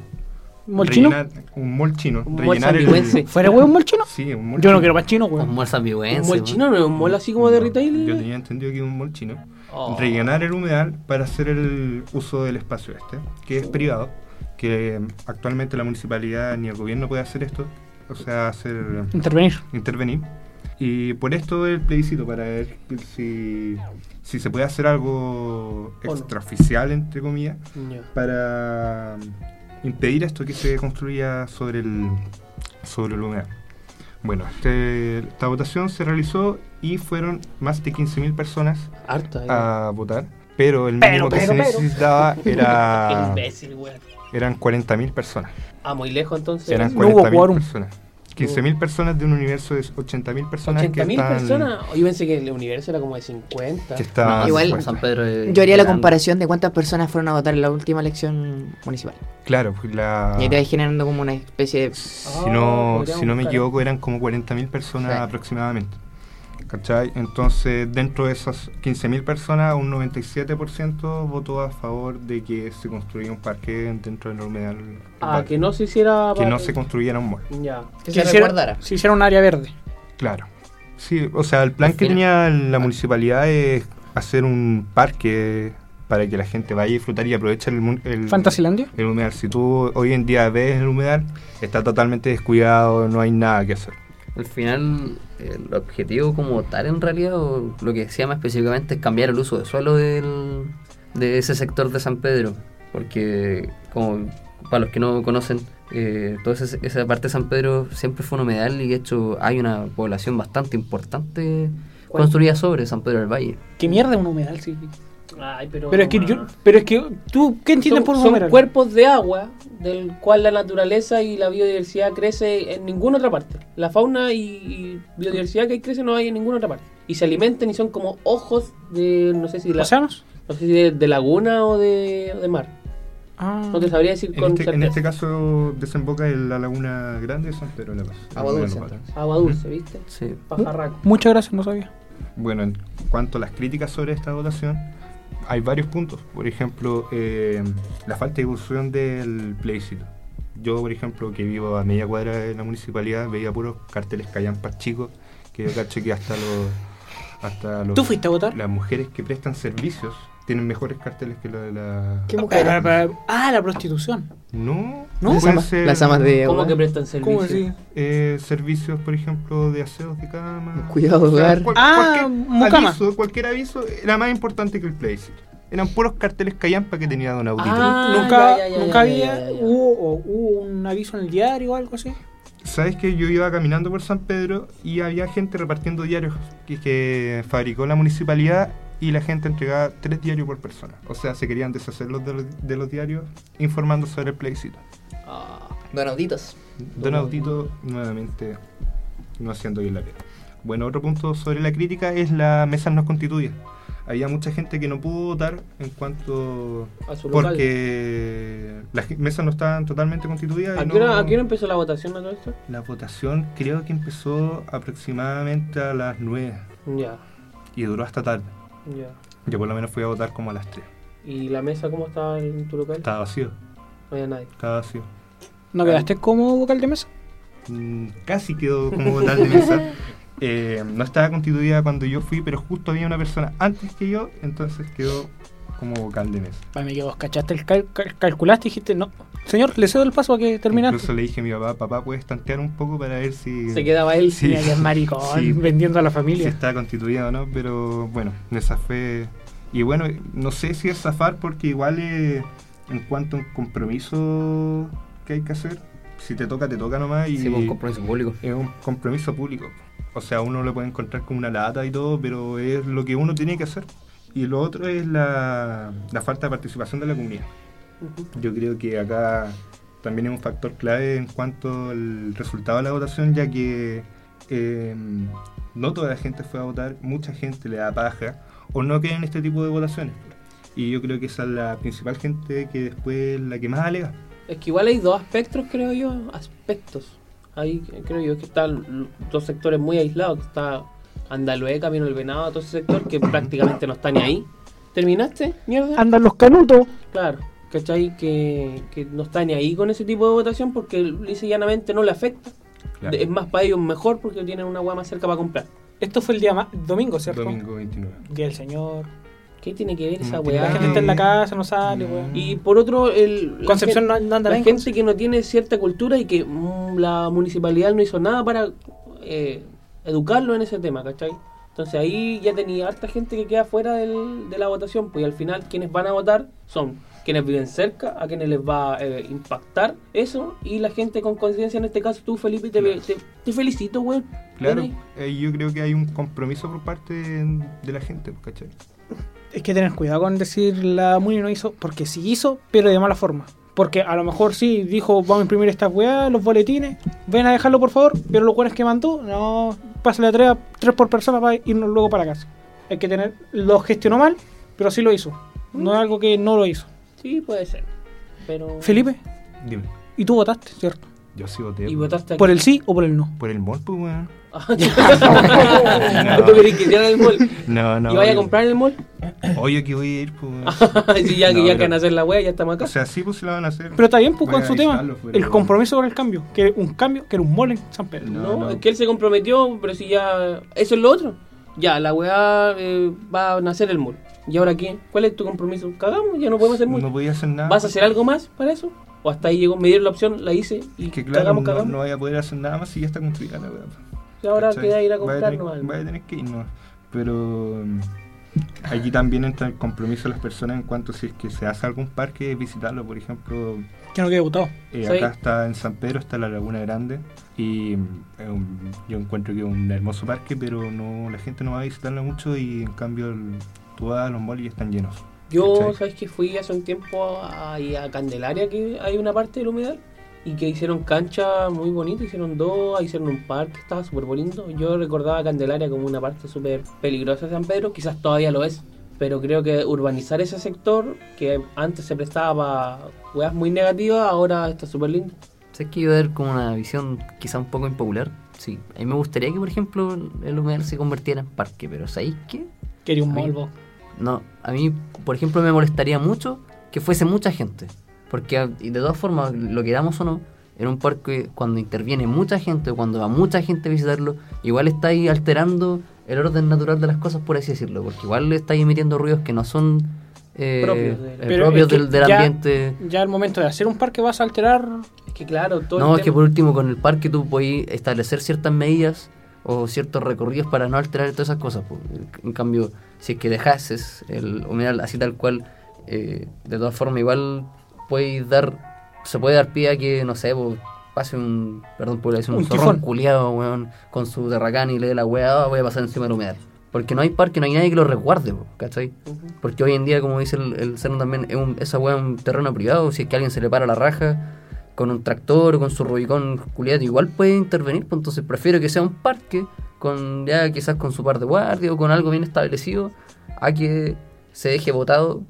¿Molchino? Rellenar- un mall chino. Un mall rellenar el- sanguigüense. ¿Fuera huevo un molchino? Sí, un mall Yo no chino. quiero más chino, Un weón. mol ¿Un zambigüense, mall chino no es un mall así como de retail? Yo tenía entendido que era un mall chino. Oh. rellenar el humedal para hacer el uso del espacio este, que es privado, que mm, actualmente la municipalidad ni el gobierno puede hacer esto, o sea, hacer Intervenir. intervenir. Y por esto el plebiscito, para ver si, si se puede hacer algo no. extraoficial, entre comillas, Ya. para mm, impedir esto que se construya sobre el, sobre el humedal. Bueno, este- esta votación se realizó y fueron más de 15.000 personas Harta, eh. a votar, pero el mínimo que se [laughs] necesitaba Qué era imbécil, weón. eran 40.000 personas. Ah, muy lejos entonces. Eran No hubo 40.000 quórum. personas. 15.000 personas de un universo de 80.000 personas que 80.000 estaban personas. Oh, Yo pensé que el universo era como de 50. que estaban- No, igual- bueno, San Pedro es Yo haría la grande. comparación de cuántas personas fueron a votar en la última elección municipal. claro, pues la Y ahí te vas generando como una especie de. si no Ah, podríamos si no me buscar. equivoco eran como 40.000 personas Sí. aproximadamente. ¿Cachai? Entonces, dentro de esas 15.000 personas, un 97% votó a favor de que se construyera un parque dentro del humedal. Ah, que no se hiciera. que no se construyera un mall. Ya. Que Que se hiciera- resguardara. Se hiciera un área verde. Claro. Sí, o sea, el plan que Mira. tenía la municipalidad es hacer un parque para que la gente vaya a disfrutar y aprovechar el, mun- el, ¿Fantasilandia? el humedal. Si tú hoy en día ves el humedal, está totalmente descuidado, no hay nada que hacer. Al final, el objetivo como tal en realidad, o lo que se llama específicamente, es cambiar el uso de suelo del- de ese sector de San Pedro. Porque, como para los que no conocen, eh, toda esa, esa parte de San Pedro siempre fue un humedal y de hecho hay una población bastante importante ¿Cuál? construida sobre San Pedro del Valle. ¿Qué mierda es un humedal, sí? Ay, pero. Pero es que yo, pero es que tú, ¿qué entiendes Son, por un son humedal? cuerpos de agua del cual la naturaleza y la biodiversidad crece en ninguna otra parte. La fauna y, y biodiversidad que ahí crece no hay en ninguna otra parte. Y se alimentan y son como ojos de, no sé si, la, ¿Océanos? no sé si de, de laguna o de, de mar. Ah. No te sabría decir En con este, en certeza. este caso desemboca en la laguna grande de San Pedro de la Paz. Agua Laguna dulce, Nopal. entonces. Agua Mm. dulce, ¿viste? Sí. Pajarraco. Muchas gracias, no sabía. Bueno, en cuanto a las críticas sobre esta dotación, hay varios puntos. Por ejemplo, eh, la falta de evolución del plebiscito. Yo, por ejemplo, que vivo a media cuadra de la municipalidad, veía puros carteles callampas chicos, que yo cacho que hasta los... Hasta los ¿Tú fuiste a votar? Las mujeres que prestan servicios tienen mejores carteles que los de la... ¿Qué mujer? Ah, para- ah, la prostitución. No, ¿No? pueden Las amas, ser, las amas de ¿Cómo hogar, que prestan servicio? ¿Cómo así? eh, servicios, por ejemplo, de aseos de cama. Cuidado de O sea, hogar. cual- Ah, cualquier, mucama. aviso, cualquier aviso era más importante que el plebiscito. Eran puros carteles callampa que tenía Don Audito. Ah, nunca ya, ya, ya, nunca ya, había, ya, ya, ya. Hubo, o hubo un aviso en el diario o algo así. Sabes que yo iba caminando por San Pedro y había gente repartiendo diarios que, que fabricó la municipalidad y la gente entregaba tres diarios por persona. O sea, se querían deshacer los de, los, de los diarios informando sobre el plebiscito. Ah. Don Auditos. Don Audito nuevamente no haciendo bien la pena. Bueno, otro punto sobre la crítica es la mesa no constituye. Había mucha gente que no pudo votar en cuanto A su local. porque las mesas no estaban totalmente constituidas. ¿A y qué, hora, no- a qué hora empezó la votación a todo esto? La votación creo que empezó aproximadamente a las 9 Ya, y duró hasta tarde. ya. Yo por lo menos fui a votar como a las 3. ¿Y la mesa cómo estaba en tu local? Estaba vacío, No había nadie. estaba vacío. Ah. ¿No quedaste como vocal de mesa? Mm, Casi quedó como votar de mesa. Eh, no estaba constituida cuando yo fui, pero justo había una persona antes que yo, entonces quedó como vocal de mesa. Ay, me quedo, cachaste, el cal- cal- calculaste y dijiste, no. Señor, le cedo el paso a que terminaste. Incluso le dije a mi papá, papá, puedes tantear un poco para ver si... Se quedaba él. Sí. Mira que es maricón, [laughs] Sí. vendiendo a la si familia. está constituida o no, pero bueno, me zafé. Y bueno, no sé si es zafar porque igual eh, en cuanto a un compromiso que hay que hacer, si te toca, te toca nomás y Sí, pues, por un compromiso público. es un compromiso público. O sea, uno lo puede encontrar como una lata y todo, pero es lo que uno tiene que hacer. Y lo otro es la, la falta de participación de la comunidad. Yo creo que acá también es un factor clave en cuanto al resultado de la votación, ya que eh, no toda la gente fue a votar, mucha gente le da paja o no cree en este tipo de votaciones. Y yo creo que esa es la principal gente que después es la que más alega. Es que igual hay dos aspectos, creo yo, aspectos. Ahí creo yo que están dos sectores muy aislados, que está Andalue, Camino del Venado, todo ese sector que prácticamente no está ni ahí. ¿Terminaste? Mierda. Andan los canutos. Claro, ¿cachai? Que, que no está ni ahí con ese tipo de votación porque lisa y llanamente no le afecta. Claro. Es más para ellos mejor porque tienen una agua más cerca para comprar. Esto fue el día ma- domingo, ¿cierto? Domingo 29. Día del Señor. ¿Qué tiene que ver esa No tiene weá? La gente está en la casa, no sale, Mm. weón. Y por otro, el, la Concepción gente- no, no anda la bien. gente que no tiene cierta cultura y que mm, la municipalidad no hizo nada para eh, educarlo en ese tema, ¿cachai? Entonces ahí ya tenía harta gente que queda fuera del- de la votación, pues y al final quienes van a votar son quienes viven cerca, a quienes les va a eh, impactar eso, y la gente con conciencia, en este caso tú Felipe, te, te, te felicito, weón. Claro, ¿Cachai? eh, yo creo que hay un compromiso por parte de, de la gente, pues, ¿cachai? Es que tener cuidado con decir la Muni no hizo, porque sí hizo, pero de mala forma. Porque a lo mejor sí dijo, vamos a imprimir estas weas, los boletines, ven a dejarlo por favor, pero los buenos que mandó, no, pásale a tres, a- tres por persona para irnos luego para casa. Hay que tener, lo gestionó mal, pero sí lo hizo. No Mm. es algo que no lo hizo. Sí, puede ser. Pero... Felipe, Dime. y tú votaste, ¿cierto? Yo sí voté ¿Y por- votaste ¿Por [laughs] [laughs] el sí o por el no? por el mall, pues, weón. ¿Tú querés que hiciera el mall? No, no. ¿Y vaya a yo- comprar el mall? [laughs] Oye, que voy a ir, pues. weón. sí, ya que No, ya pero- que van a hacer la wea, ya estamos acá. O sea, sí, pues se la van a hacer. Pero está bien, pues, Voy con a su tema. avisarlo, pero- El compromiso con el cambio, que un cambio, que era un mole en San Pedro. No, No, no. es que él se comprometió, pero si ya. Eso es lo otro. Ya, la weá eh, va a nacer el muro. ¿Y ahora qué? ¿Cuál es tu compromiso? Cagamos, ya no podemos hacer muro. no podía hacer nada. ¿Vas a hacer algo más para eso? ¿O hasta ahí llegó? Me dieron la opción, la hice y Es que claro, cagamos, no- cagamos. no, voy a poder hacer nada más si ya está construida la weá. pues, Y ahora ¿cachai? queda ir a Voy comprar tener- nomás. Voy a tener que ir, no. Pero. mm, Aquí también entra el compromiso de las personas en cuanto si es que se hace algún parque, visitarlo, por ejemplo, Que no quede votado. Eh, Sí. Acá está en San Pedro, está la Laguna Grande y mm, es un- yo encuentro que es un hermoso parque, pero no la gente no va a visitarla mucho y en cambio el- tú vas a los malls y están llenos. Yo, ¿Cachai? ¿sabes que Fui hace un tiempo a, ahí a Candelaria, que hay una parte del humedal, y que hicieron cancha muy bonita, hicieron dos, hicieron un parque, estaba súper bonito. Yo recordaba a Candelaria como una parte súper peligrosa de San Pedro, quizás todavía lo es, pero creo que urbanizar ese sector, que antes se prestaba para weas muy negativas, ahora está súper lindo. ¿Sabes que iba a dar como una visión quizá un poco impopular? Sí, a mí me gustaría que, por ejemplo, el humedal se convirtiera en parque, pero ¿sabéis qué? Quería un A mí- molvo. No, a mí, por ejemplo, me molestaría mucho que fuese mucha gente. Porque, a- y de todas formas, lo queramos o no, en un parque, cuando interviene mucha gente, cuando va mucha gente a visitarlo, igual estáis alterando el orden natural de las cosas, por así decirlo. Porque igual estáis emitiendo ruidos que no son eh, Propios eh, de- Pero propios es que del, del ya- ambiente. Ya al momento de hacer un parque vas a alterar. Es que claro, todo No, el es que tema- por último con el parque tú podías establecer ciertas medidas o ciertos recorridos para no alterar todas esas cosas. po. En cambio, si es que dejases el humedal así tal cual, eh, de todas formas igual puedes dar, se puede dar pie a que, no sé, po, pase un, perdón por la decisión, un, Un zorrón tifón. culiado, weón, con su terracán y le dé la weá, ah, voy a pasar encima del humedal. Porque no hay parque, no hay nadie que lo resguarde, po, ¿cachai? Porque hoy en día, como dice el, el Cerno también, es un, esa weá es un terreno privado. Si es que alguien se le para la raja con un tractor o con su Rubicón culiado, igual puede intervenir. pues, entonces prefiero que sea un parque, con ya quizás con su par de guardia o con algo bien establecido, a que se deje botado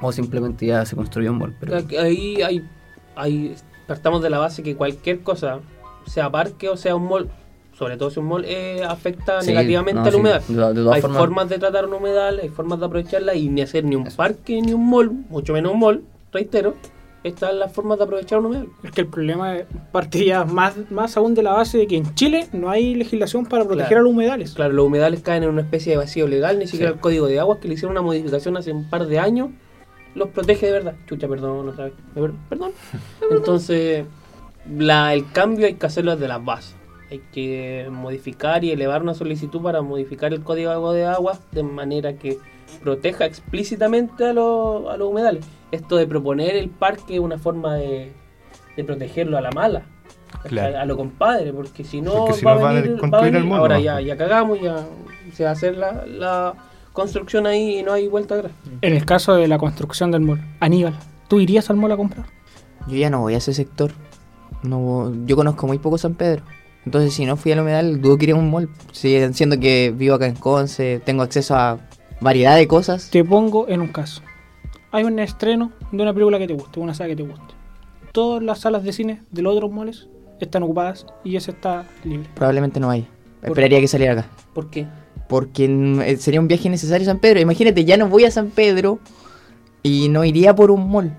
o simplemente ya se construyó un mall. Pero Aquí- Ahí, hay, ahí partamos de la base que cualquier cosa, sea parque o sea un mall, sobre todo si un mall eh, afecta Sí, negativamente no, al sí, humedal. de- de todas hay formas- formas de tratar un humedal, hay formas de aprovecharla y ni hacer ni un parque ni un mall, mucho menos un mall, reitero, estas es las formas de aprovechar un humedal. Es que el problema es- partía más, más aún de la base de que en Chile no hay legislación para proteger Claro. a los humedales. Claro, los humedales caen en una especie de vacío legal, ni siquiera el código de aguas que le hicieron una modificación hace un par de años los protege de verdad. Chucha, perdón, otra vez. Me per- Perdón. Entonces, la, el cambio hay que hacerlo desde las bases. Hay que modificar y elevar una solicitud para modificar el código de aguas de manera que proteja explícitamente a, los- a los humedales. Esto de proponer el parque es una forma de, de protegerlo a la mala. Claro. A, a lo compadre, porque si no, Porque si va, no a van a venir, va a construir venir- el mundo, Ahora ¿no? ya, ya cagamos, ya se va a hacer la, la construcción ahí y no hay vuelta atrás. En el caso de la construcción del mall, Aníbal, ¿tú irías al mall a comprar? Yo ya no voy a ese sector. No, vo- yo conozco muy poco San Pedro. Entonces, si no fui al humedal, dudo que iría a un mall. Sí, siendo que vivo acá en Conce, tengo acceso a variedad de cosas. Te pongo en un caso. Hay un estreno de una película que te guste, una saga que te guste. Todas las salas de cine de los otros moles están ocupadas y esa está libre. Probablemente no vaya. Esperaría que saliera acá. ¿Por qué? Porque mm, eh, sería un viaje necesario a San Pedro. Imagínate, ya no voy a San Pedro y no iría por un mall.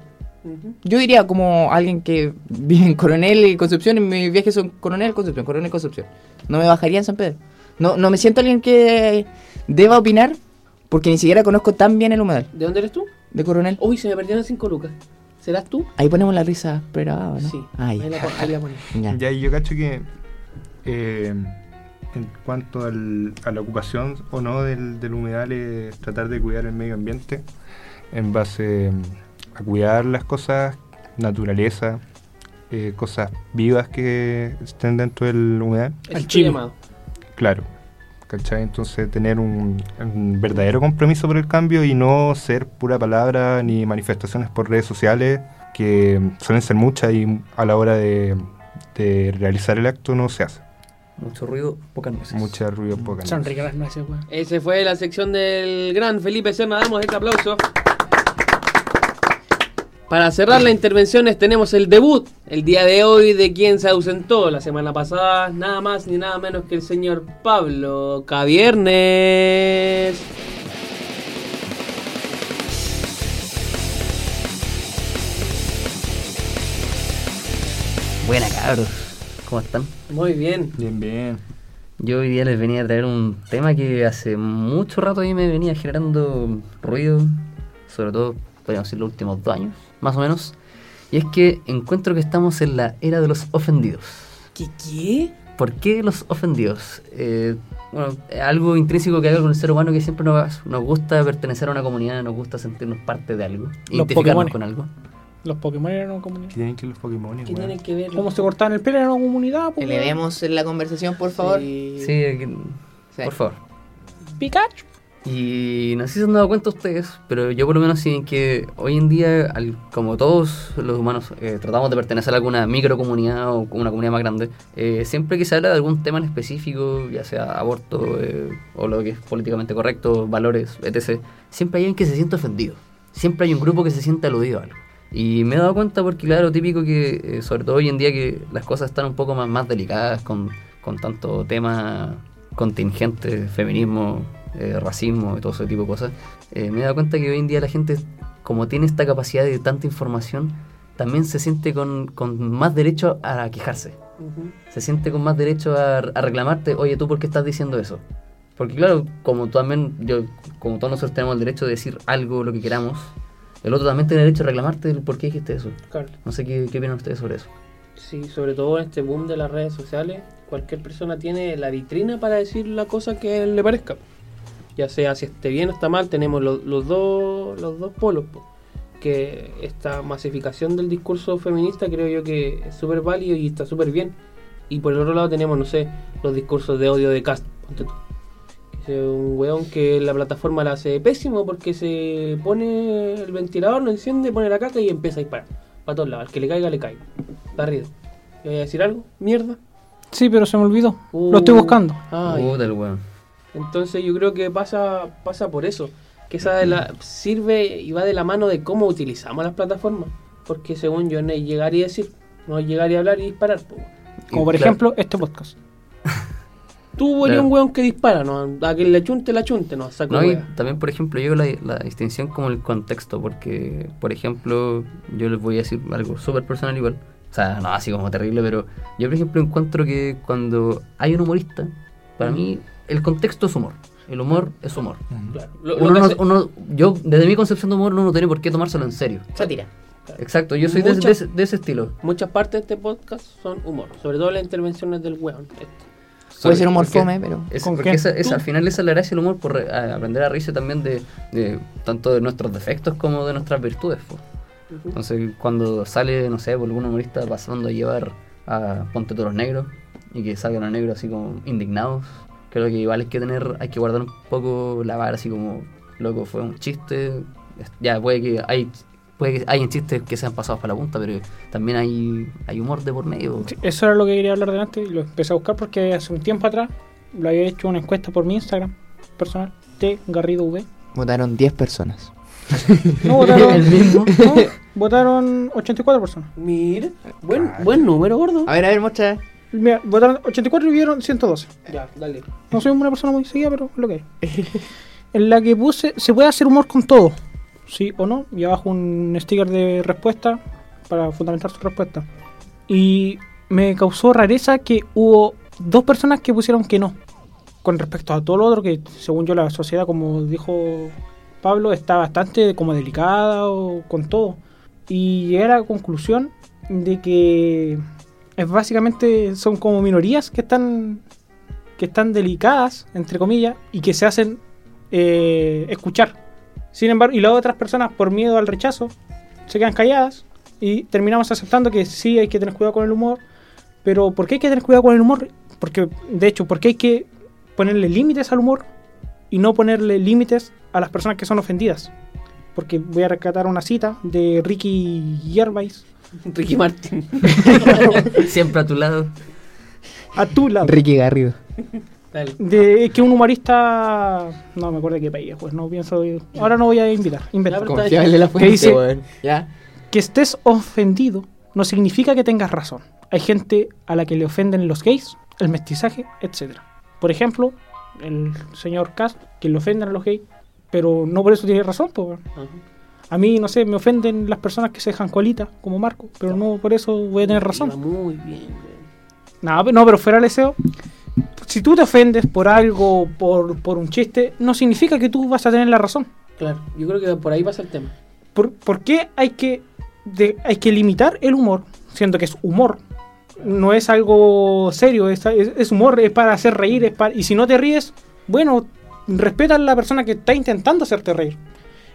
Yo iría como alguien que vive en Coronel y Concepción y mis viajes son Coronel, Concepción, Coronel, Concepción. No me bajaría en San Pedro. No, no me siento alguien que deba opinar porque ni siquiera conozco tan bien el humedal ¿De dónde eres tú? de Coronel. Uy, se me perdieron 5 lucas. ¿Serás tú? Ahí ponemos la risa esperada, ¿no? Sí. Ahí. Ahí la, pon- ahí la poní. ya. Ya, y yo cacho que eh, en cuanto al- a la ocupación o no del, del humedal es tratar de cuidar el medio ambiente en base mm, a cuidar las cosas, naturaleza, eh, cosas vivas que estén dentro del humedal. Ese es tu chile. llamado. Claro. ¿Cachai? Entonces tener un, un verdadero compromiso por el cambio y no ser pura palabra ni manifestaciones por redes sociales que suelen ser muchas y a la hora de, de realizar el acto no se hace. mucho ruido, pocas nueces. Mucho ruido, poca Son nada. ricas las nueces, weón. Ese fue la sección del gran Felipe Serna. Damos este aplauso. Para cerrar las intervenciones tenemos el debut, el día de hoy de quien se ausentó la semana pasada, nada más ni nada menos que el señor Pablo Caviernes. Buena, cabros. ¿Cómo están? Muy bien. Bien, bien. Yo hoy día les venía a traer un tema que hace mucho rato ahí me venía generando ruido, sobre todo, podríamos decir, los últimos dos años, más o menos. Y es que encuentro que estamos en la era de los ofendidos. ¿Qué qué? ¿Por qué los ofendidos? Eh, bueno, es algo intrínseco que hay con el ser humano que siempre nos, nos gusta pertenecer a una comunidad, nos gusta sentirnos parte de algo, identificarnos Pokémones. con algo. Los Pokémon eran una comunidad. ¿Qué tienen que los Pokémon? ¿Qué tiene que ver? ¿Cómo se cortaban el pelo? Era una comunidad, pues, weón. Elevemos la conversación, por favor. Sí, que- Sí. por favor. Pikachu. Y no sé si se han dado cuenta ustedes, pero yo por lo menos sí en que hoy en día, al- como todos los humanos, eh, tratamos de pertenecer a alguna microcomunidad o una comunidad más grande, eh, siempre que se habla de algún tema en específico, ya sea aborto eh, o lo que es políticamente correcto, valores, etc., siempre hay alguien que se siente ofendido. Siempre hay un grupo que se siente aludido a algo. Y me he dado cuenta porque, claro, típico que, eh, sobre todo hoy en día, que las cosas están un poco más, más delicadas con, con tanto tema contingente, feminismo, eh, racismo y todo ese tipo de cosas. eh, me he dado cuenta que hoy en día la gente, como tiene esta capacidad de tanta información, también se siente con, con más derecho a quejarse. Se siente con más derecho a, a reclamarte, oye, ¿tú por qué estás diciendo eso? Porque claro, como también, yo, como todos nosotros tenemos el derecho de decir algo, lo que queramos, el otro también tiene derecho a reclamarte el por qué dijiste eso. Claro. No sé qué, qué opinan ustedes sobre eso. Sí, sobre todo en este boom de las redes sociales, cualquier persona tiene la vitrina para decir la cosa que le parezca. Ya sea si esté bien o está mal, tenemos lo- los, dos, los dos polos. po. Que esta masificación del discurso feminista creo yo que es súper válido y está súper bien. Y por el otro lado tenemos, no sé, los discursos de odio de Cast. Ponte tú. Que es un weón que la plataforma la hace pésimo porque se pone el ventilador, no enciende, pone la carta y empieza a disparar. Para todos lados, al que le caiga, le caiga. Barrido. ¿Le voy a decir algo? Mierda. Sí, pero se me olvidó. Uh, Lo estoy buscando. ay. Puta el weón. Entonces yo creo que pasa, pasa por eso. Que esa de la, sirve y va de la mano de cómo utilizamos las plataformas. Porque según yo no es llegar y decir, no es llegar y hablar y disparar. po. Como Y por claro, ejemplo este podcast. Tú eres Claro. un weón que dispara, ¿no? A que le achunte, le achunte, ¿no? Saco No, y wea. también, por ejemplo, yo la, la distinción como el contexto, porque, por ejemplo, yo les voy a decir algo súper personal igual. O sea, no así como terrible, pero yo, por ejemplo, encuentro que cuando hay un humorista, Mm. para mí el contexto es humor. El humor es humor. Claro. Mm. Lo- lo Uno que no- hace- uno- yo, desde mi concepción de humor, uno no tiene por qué tomárselo en serio. Sátira. Exacto, yo soy de, Mucha- de ese- de ese estilo. Muchas partes de este podcast son humor. Sobre todo las intervenciones del weón. este. Puede ser un humor fome, pero. Es, ¿Con porque qué? esa- esa- al final esa es la gracia del humor, por re- a- aprender a reírse también de, de tanto de nuestros defectos como de nuestras virtudes. po. Entonces, cuando sale, no sé, por algún humorista pasando a llevar a Ponte Toros Negros y que salgan los negros así como indignados, creo que igual hay que tener, hay que guardar un poco la vara así como, loco, fue un chiste. es- Ya, puede que hay. Puede que hayan chistes que sean pasados para la punta, pero también hay, hay humor de por medio. po. Sí, Eso era lo que quería hablar delante y lo empecé a buscar porque hace un tiempo atrás lo había hecho una encuesta por mi Instagram personal, T Garrido V. Votaron 10 personas. No votaron, [laughs] El mismo. no, votaron 84 personas. Mira, buen, buen número, gordo. A ver, a ver, muestra. Mira, votaron 84 y vieron 112. Ya, dale. [laughs] No soy una persona muy seguida, pero es lo que hay. [laughs] En la que puse, se puede hacer humor con todo, sí o no, y abajo un sticker de respuesta para fundamentar su respuesta. Y me causó rareza que hubo dos personas que pusieron que no, con respecto a todo lo otro, que según yo la sociedad, como dijo Pablo, está bastante como delicada o con todo. Y llegué a la conclusión de que es básicamente son como minorías que están que están delicadas, entre comillas, y que se hacen eh, escuchar. Sin embargo, y las otras personas, por miedo al rechazo, se quedan calladas y terminamos aceptando que sí hay que tener cuidado con el humor. Pero ¿por qué hay que tener cuidado con el humor? Porque, de hecho, ¿por qué hay que ponerle límites al humor y no ponerle límites a las personas que son ofendidas? Porque voy a rescatar una cita de Ricky Gervais. Ricky Martin. [laughs] Siempre a tu lado. A tu lado. Ricky Garrido. Dale. De que un humorista. No me acuerdo de qué país, pues no pienso. Ahora no voy a invitar. Ya, Inventar. pero- Confiable la fuente, ¿Qué dice? weón. Ya. Que estés ofendido no significa que tengas razón. Hay gente a la que le ofenden los gays, el mestizaje, etc. Por ejemplo, el señor Cast, que le ofenden a los gays, pero no por eso tiene razón, pues. weón. Ajá. A mí, no sé, me ofenden las personas que se dejan colita, como Marco, pero no por eso voy a tener razón. Iba Muy bien, weón. No, pe- no, pero fuera del deseo. Si tú te ofendes por algo, por, por un chiste, no significa que tú vas a tener la razón. Claro, yo creo que por ahí pasa el tema. ¿Por, por qué hay que, de- hay que limitar el humor, siendo que es humor? No es algo serio, es, es- es humor, es para hacer reír, es para, y si no te ríes, bueno, respeta a la persona que está intentando hacerte reír.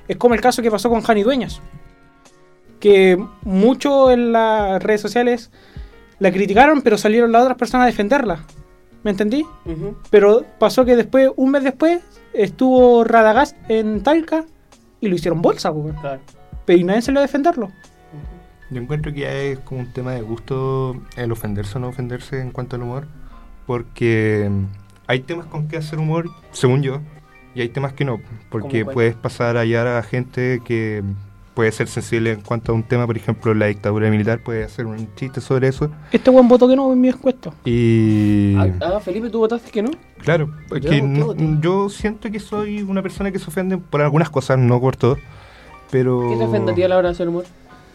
Es como el caso que pasó con Jani Dueñas, que mucho en las redes sociales la criticaron, pero salieron las otras personas a defenderla. ¿Me entendí? Pero pasó que después, un mes después, estuvo Radagast en Talca y lo hicieron bolsa, po, weón. Claro. Pero y nadie salió a defenderlo. Yo encuentro que ya es como un tema de gusto el ofenderse o no ofenderse en cuanto al humor, porque hay temas con que hacer humor, según yo, y hay temas que no, porque cuál? puedes pasar a hallar a gente que puede ser sensible en cuanto a un tema, por ejemplo, la dictadura militar, puede hacer un chiste sobre eso, Este buen voto que no en mi encuesta. y... Ah, Felipe, tú votaste que no. Claro, es Yo que voté, no- voté. yo siento que soy una persona que se ofende por algunas cosas, no por todo, pero... ¿Qué te ofendería a la hora de hacer humor?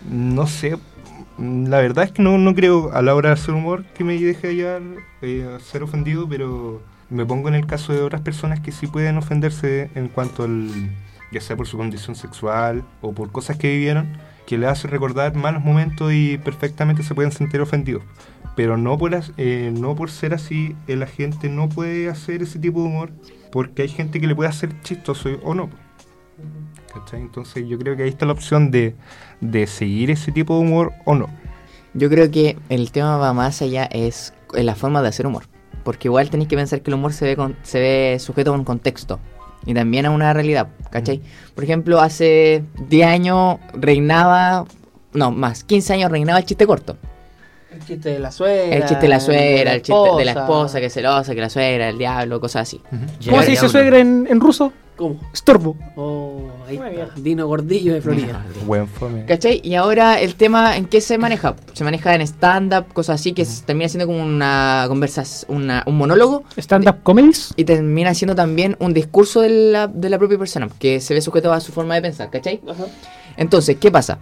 No sé. mm, La verdad es que no, no creo a la hora de hacer humor que me deje hallar eh, ser ofendido, pero me pongo en el caso de otras personas que sí pueden ofenderse en cuanto al. ya sea por su condición sexual o por cosas que vivieron, que le hace recordar malos momentos y perfectamente se pueden sentir ofendidos. Pero no por, as- eh, no por ser así, eh, la gente no puede hacer ese tipo de humor porque hay gente que le puede hacer chistoso o no. ¿Cachai? Entonces yo creo que ahí está la opción de, de seguir ese tipo de humor o no. Yo creo que el tema va más allá, es la forma de hacer humor. Porque igual tenéis que pensar que el humor se ve, con- se ve sujeto a un contexto y también a una realidad, ¿cachai? Por ejemplo, hace 10 años reinaba, no, más, 15 años reinaba el chiste corto. El chiste de la suegra. El chiste de la suegra, el chiste de la esposa que es celosa, que la suegra, el diablo, cosas así. ¿Cómo se dice suegra en, en ruso? ¿Cómo? Estorbo. Oh, ahí Muy está. Dino Gordillo de Florida. Buen fome. ¿Cachai? Y ahora el tema en qué se maneja. Se maneja en stand-up, cosas así, que se termina siendo como una conversas, una, un monólogo Stand-up comedies. y termina siendo también un discurso de la, de la propia persona, que se ve sujeto a su forma de pensar, ¿cachai? Ajá. Entonces, ¿qué pasa?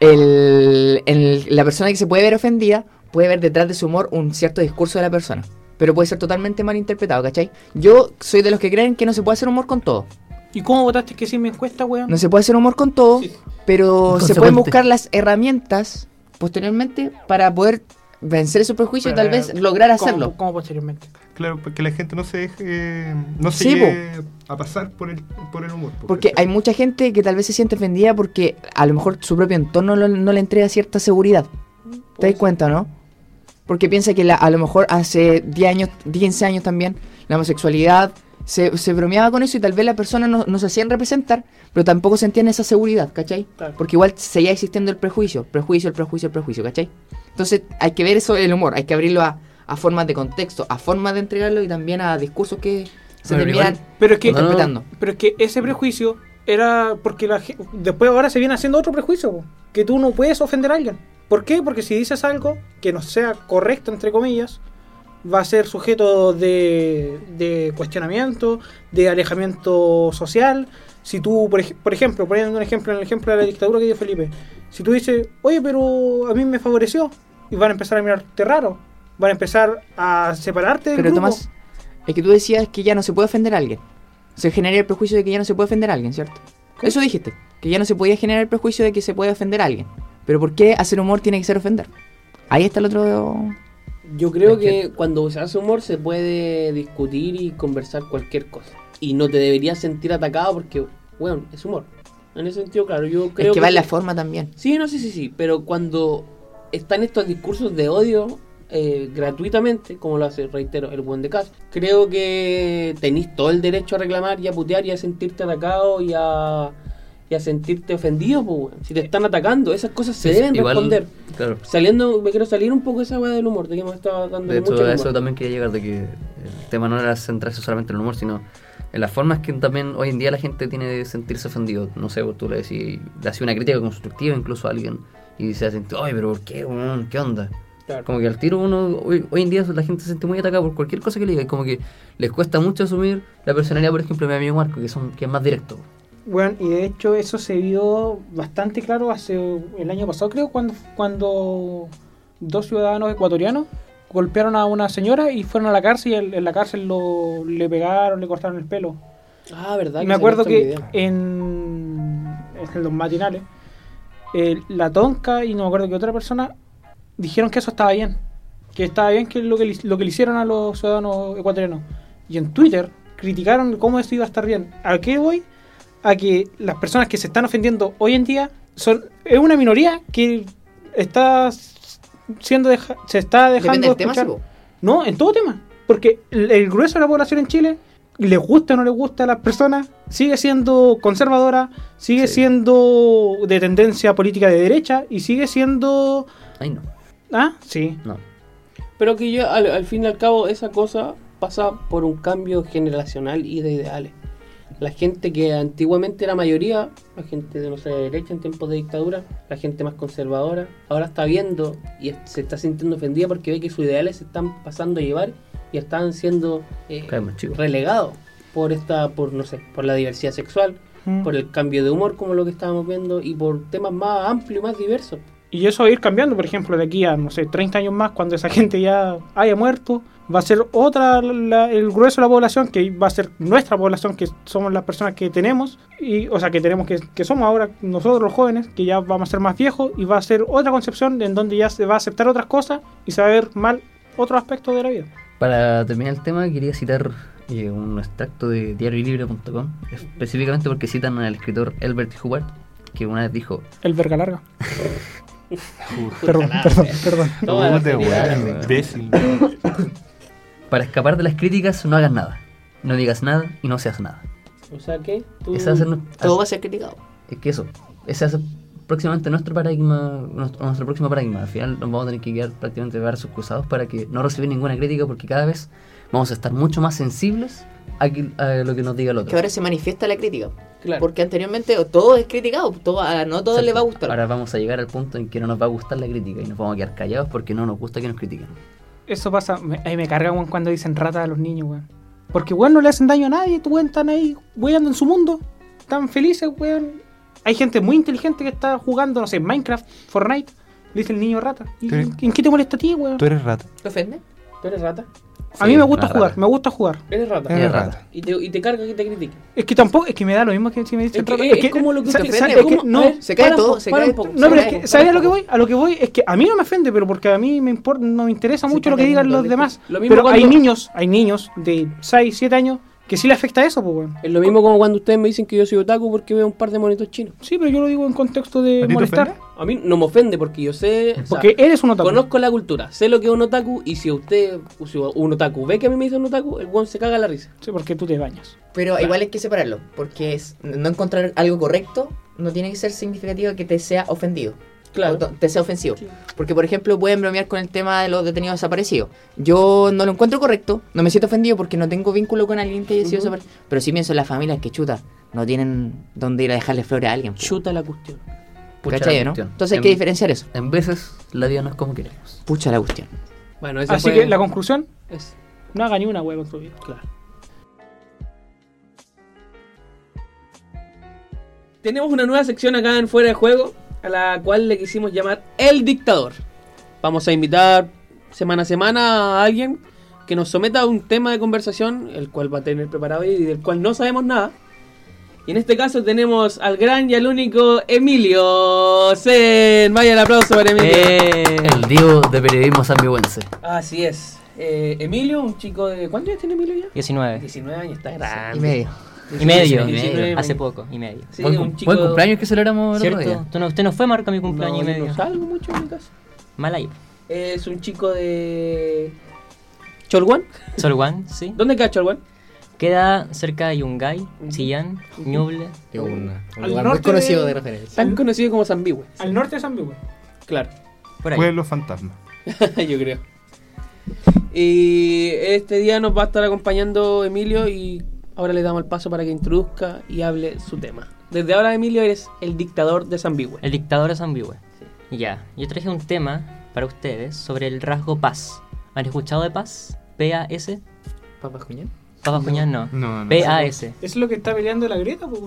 El- el- la persona que se puede ver ofendida puede ver detrás de su humor un cierto discurso de la persona, pero puede ser totalmente malinterpretado, ¿cachai? Yo soy de los que creen que no se puede hacer humor con todo. ¿Y cómo votaste que sí me encuesta, weón? No se puede hacer humor con todo, pero se Inconsecuente. pueden buscar las herramientas posteriormente para poder vencer esos prejuicios y tal Para- vez lograr hacerlo. ¿Cómo, cómo posteriormente? Claro, porque la gente no se deje, no se Sí, lleve a pasar por el, por el humor. po, Porque hay pues, ¿cachai? mucha gente que tal vez se siente ofendida porque a lo mejor su propio entorno lo- no le entrega cierta seguridad. ¿Te das cuenta, no? Porque piensa que la- a lo mejor hace 10 años, 15 años también, la homosexualidad se, se bromeaba con eso y tal vez la persona no, no se hacían representar, pero tampoco sentían esa seguridad, ¿cachai? Claro. Porque igual seguía existiendo el prejuicio, prejuicio, el prejuicio, el prejuicio, ¿cachai? Entonces hay que ver eso, el humor, hay que abrirlo a, a formas de contexto, a formas de entregarlo y también a discursos que se Bueno, terminan igual- Pero es que, No, no, no. interpretando. pero es que ese prejuicio era porque la ge- después ahora se viene haciendo otro prejuicio, po, que tú no puedes ofender a alguien. ¿Por qué? Porque si dices algo que no sea correcto, entre comillas, va a ser sujeto de, de cuestionamiento, de alejamiento social. Si tú, por, ej- por ejemplo, poniendo un ejemplo en el ejemplo de la dictadura que dio Felipe, si tú dices, oye, pero a mí me favoreció, y van a empezar a mirarte raro, van a empezar a separarte del Pero grupo. Tomás, es que tú decías que ya no se puede ofender a alguien. Se genera el prejuicio de que ya no se puede ofender a alguien, ¿cierto? Eso dijiste, que ya no se podía generar el prejuicio de que se puede ofender a alguien. Pero ¿por qué hacer humor tiene que ser ofender? Ahí está el otro... Yo creo Es que- que cuando se hace humor se puede discutir y conversar cualquier cosa. Y no te deberías sentir atacado porque, bueno, es humor. En ese sentido, claro, yo creo es que va en la sí. forma también. Sí, no, sí, sí, sí, pero cuando están estos discursos de odio eh, gratuitamente, como lo hace, reitero, el buen de casa, creo que tenéis todo el derecho a reclamar y a putear y a sentirte atacado y a, y a sentirte ofendido, pues, weón. si te están atacando, esas cosas se deben Eh, Igual- responder. Claro. Saliendo, me quiero salir un poco de esa weá del humor, de que me estaba dando De mucho hecho, a humor. eso también quería llegar, de que el tema no era centrarse solamente en el humor, sino en las formas que también hoy en día la gente tiene de sentirse ofendido. No sé, tú le decís, le haces una crítica constructiva incluso a alguien y se siente, ay, pero ¿por qué? weón? ¿Qué onda? Claro. Como que al tiro uno, hoy, hoy en día la gente se siente muy atacada por cualquier cosa que le diga, y como que les cuesta mucho asumir la personalidad, por ejemplo, de mi amigo Marco, que, son, que es más directo. Bueno, y de hecho eso se vio bastante claro hace el año pasado, creo, cuando, cuando dos ciudadanos ecuatorianos golpearon a una señora y fueron a la cárcel y el- en la cárcel lo, le pegaron, le cortaron el pelo. Ah, verdad. Y que me salió acuerdo este que video. en, en los matinales, eh, la Tonka y no me acuerdo que otra persona dijeron que eso estaba bien. Que estaba bien que lo que, le- lo que le hicieron a los ciudadanos ecuatorianos. Y en Twitter criticaron cómo eso iba a estar bien. ¿A qué voy? A que las personas que se están ofendiendo hoy en día son es una minoría que está siendo deja- se está dejando Depende del tema, escuchar- sí, po. no, en todo tema. Porque el, el grueso de la población en Chile, les gusta o no les gusta a las personas, sigue siendo conservadora, sigue Sí. siendo de tendencia política de derecha y sigue siendo... Ay, no. Ah, sí. No. Pero que yo, al, al fin y al cabo, esa cosa pasa por un cambio generacional y de ideales. La gente que antiguamente era mayoría, la gente de nuestra derecha en tiempos de dictadura, la gente más conservadora, ahora está viendo y es- se está sintiendo ofendida porque ve que sus ideales se están pasando a llevar y están siendo eh, Caemos, chicos. relegados por esta, por no sé, por la diversidad sexual, Mm. por el cambio de humor como lo que estábamos viendo y por temas más amplios y más diversos. Y eso va a ir cambiando, por ejemplo, de aquí a, no sé, 30 años más, cuando esa [laughs] gente ya haya muerto, va a ser otra, la- el grueso de la población, que va a ser nuestra población, que somos las personas que tenemos, y, o sea, que tenemos que, que somos ahora nosotros los jóvenes, que ya vamos a ser más viejos, y va a ser otra concepción en donde ya se va a aceptar otras cosas y se va a ver mal otro aspecto de la vida. Para terminar el tema, quería citar eh, un extracto de diariolibre.com, específicamente porque citan al escritor Albert Hubbard, que una vez dijo: El verga larga. perdón, perdón, perdón. Todas las Puta, realidades. weón, imbécil. Para escapar de las críticas, no hagas nada. No digas nada y no seas nada. O sea que tú- Esa va a ser nu- Uh, Todo va a ser criticado. Es que eso, ese es próximamente nuestro paradigma, nuestro, nuestro próximo paradigma. Al final nos vamos a tener que quedar prácticamente de brazos cruzados para que no recibir ninguna crítica porque cada vez vamos a estar mucho más sensibles a, que- a lo que nos diga el otro. Que ahora se manifiesta la crítica. Claro. Porque anteriormente o todo es criticado, todo, a no todo Exacto. le va a gustar. Ahora vamos a llegar al punto en que no nos va a gustar la crítica y nos vamos a quedar callados porque no nos gusta que nos critiquen. Eso pasa, me, ahí me carga, weón, cuando dicen rata a los niños, weón. Porque, weón, no le hacen daño a nadie, tú, weón, están ahí, weón, en su mundo, tan felices, weón. Hay gente muy inteligente que está jugando, no sé, Minecraft, Fortnite, le dice el niño rata. ¿Y, Sí. ¿En qué te molesta a ti, weón? Tú eres rata. ¿Te ofende? ¿Tú eres rata? a mí Sí, me gusta una jugar, rata. me gusta jugar. Eres rata. Eres Ah. Eres rata. rata. Y te, y te carga que te critique. Es que tampoco, es que me da lo mismo que si me dicen Es que- rata. es como lo que sa- usted sa- ofende, es que ¿cómo? A no, ver, se cae para un todo, poco, se para cae un poco, todo. no, se pero cae. es que, ¿sabes a lo que voy? A lo que voy es que a mí no me ofende, pero porque a mí me importa, no me interesa mucho lo que digan los demás. Lo mismo Pero hay cuando- niños, hay niños de 6, 7 años que sí le afecta eso, pues, weón. Es lo mismo como cuando ustedes me dicen que yo soy otaku porque veo un par de monitos chinos. Sí, pero yo lo digo en contexto de ¿A ti te molestar. ofende? A mí no me ofende porque yo sé. o sea, Porque eres un otaku. conozco la cultura, sé lo que es un otaku y si usted, o si un otaku ve que a mí me dice un otaku, el weón se caga la risa. Sí, porque tú te bañas. Pero igual hay que separarlo, porque es, no encontrar algo correcto no tiene que ser significativo que te sea ofendido. o Claro. to- te sea ofensivo. Porque, por ejemplo, pueden bromear con el tema de los detenidos desaparecidos. Yo no lo encuentro correcto, no me siento ofendido porque no tengo vínculo con alguien que haya sido Ujú. desaparecido. Pero sí pienso en las familias que chuta, no tienen dónde ir a dejarle flores a alguien. po. Chuta la cuestión. Pucha ¿Cachai, la no? cuestión. Entonces hay En- que diferenciar eso. En veces la vida no es como queremos. Pucha la cuestión. Bueno, esa Así fue- que la conclusión, es- no haga ni una hueá con tu vida. claro. Tenemos una nueva sección acá en Fuera de Juego, a la cual le quisimos llamar El Dictador. Vamos a invitar semana a semana a alguien que nos someta a un tema de conversación, el cual va a tener preparado y del cual no sabemos nada. Y en este caso tenemos al gran y al único Emilio Zen. Vaya el aplauso para Emilio. Eh. Eh. El Diego de periodismo sanmigüense. Así es. Eh, Emilio, un chico de... ¿Cuántos años tiene Emilio ya? 19. 19 años, está Y grande. medio. Eh. Y medio, y medio. hace poco, y medio. Sí, buen, un cum- chico... buen cumpleaños que celebramos el otro ¿Cierto? día. ¿Tú no, usted no fue marca mi No, cumpleaños y yo medio. No salgo mucho de mi casa. Mal ahí. Es un chico de... ¿Cholguán? Sol [laughs] One, sí. ¿Dónde queda Cholguán? Queda cerca de Yungay, Chillán, Ñuble. Es un, un Al lugar muy norte conocido de- de referencia. Tan conocido como Zambihue. Al norte de San Miguel. Claro, Por ahí. Pueblo fantasma. [laughs] yo creo. Y este día nos va a estar acompañando Emilio y ahora le damos el paso para que introduzca y hable su tema. Desde ahora, Emilio, eres el dictador de Zambihue. El dictador es ambigüe. Ya, yo traje un tema para ustedes sobre el rasgo paz. ¿Han escuchado de paz? P-A-S. ¿Papas cuñón? Papas Cuñán no. No, no. P-A-S. ¿Es lo que está peleando la grieta, pues?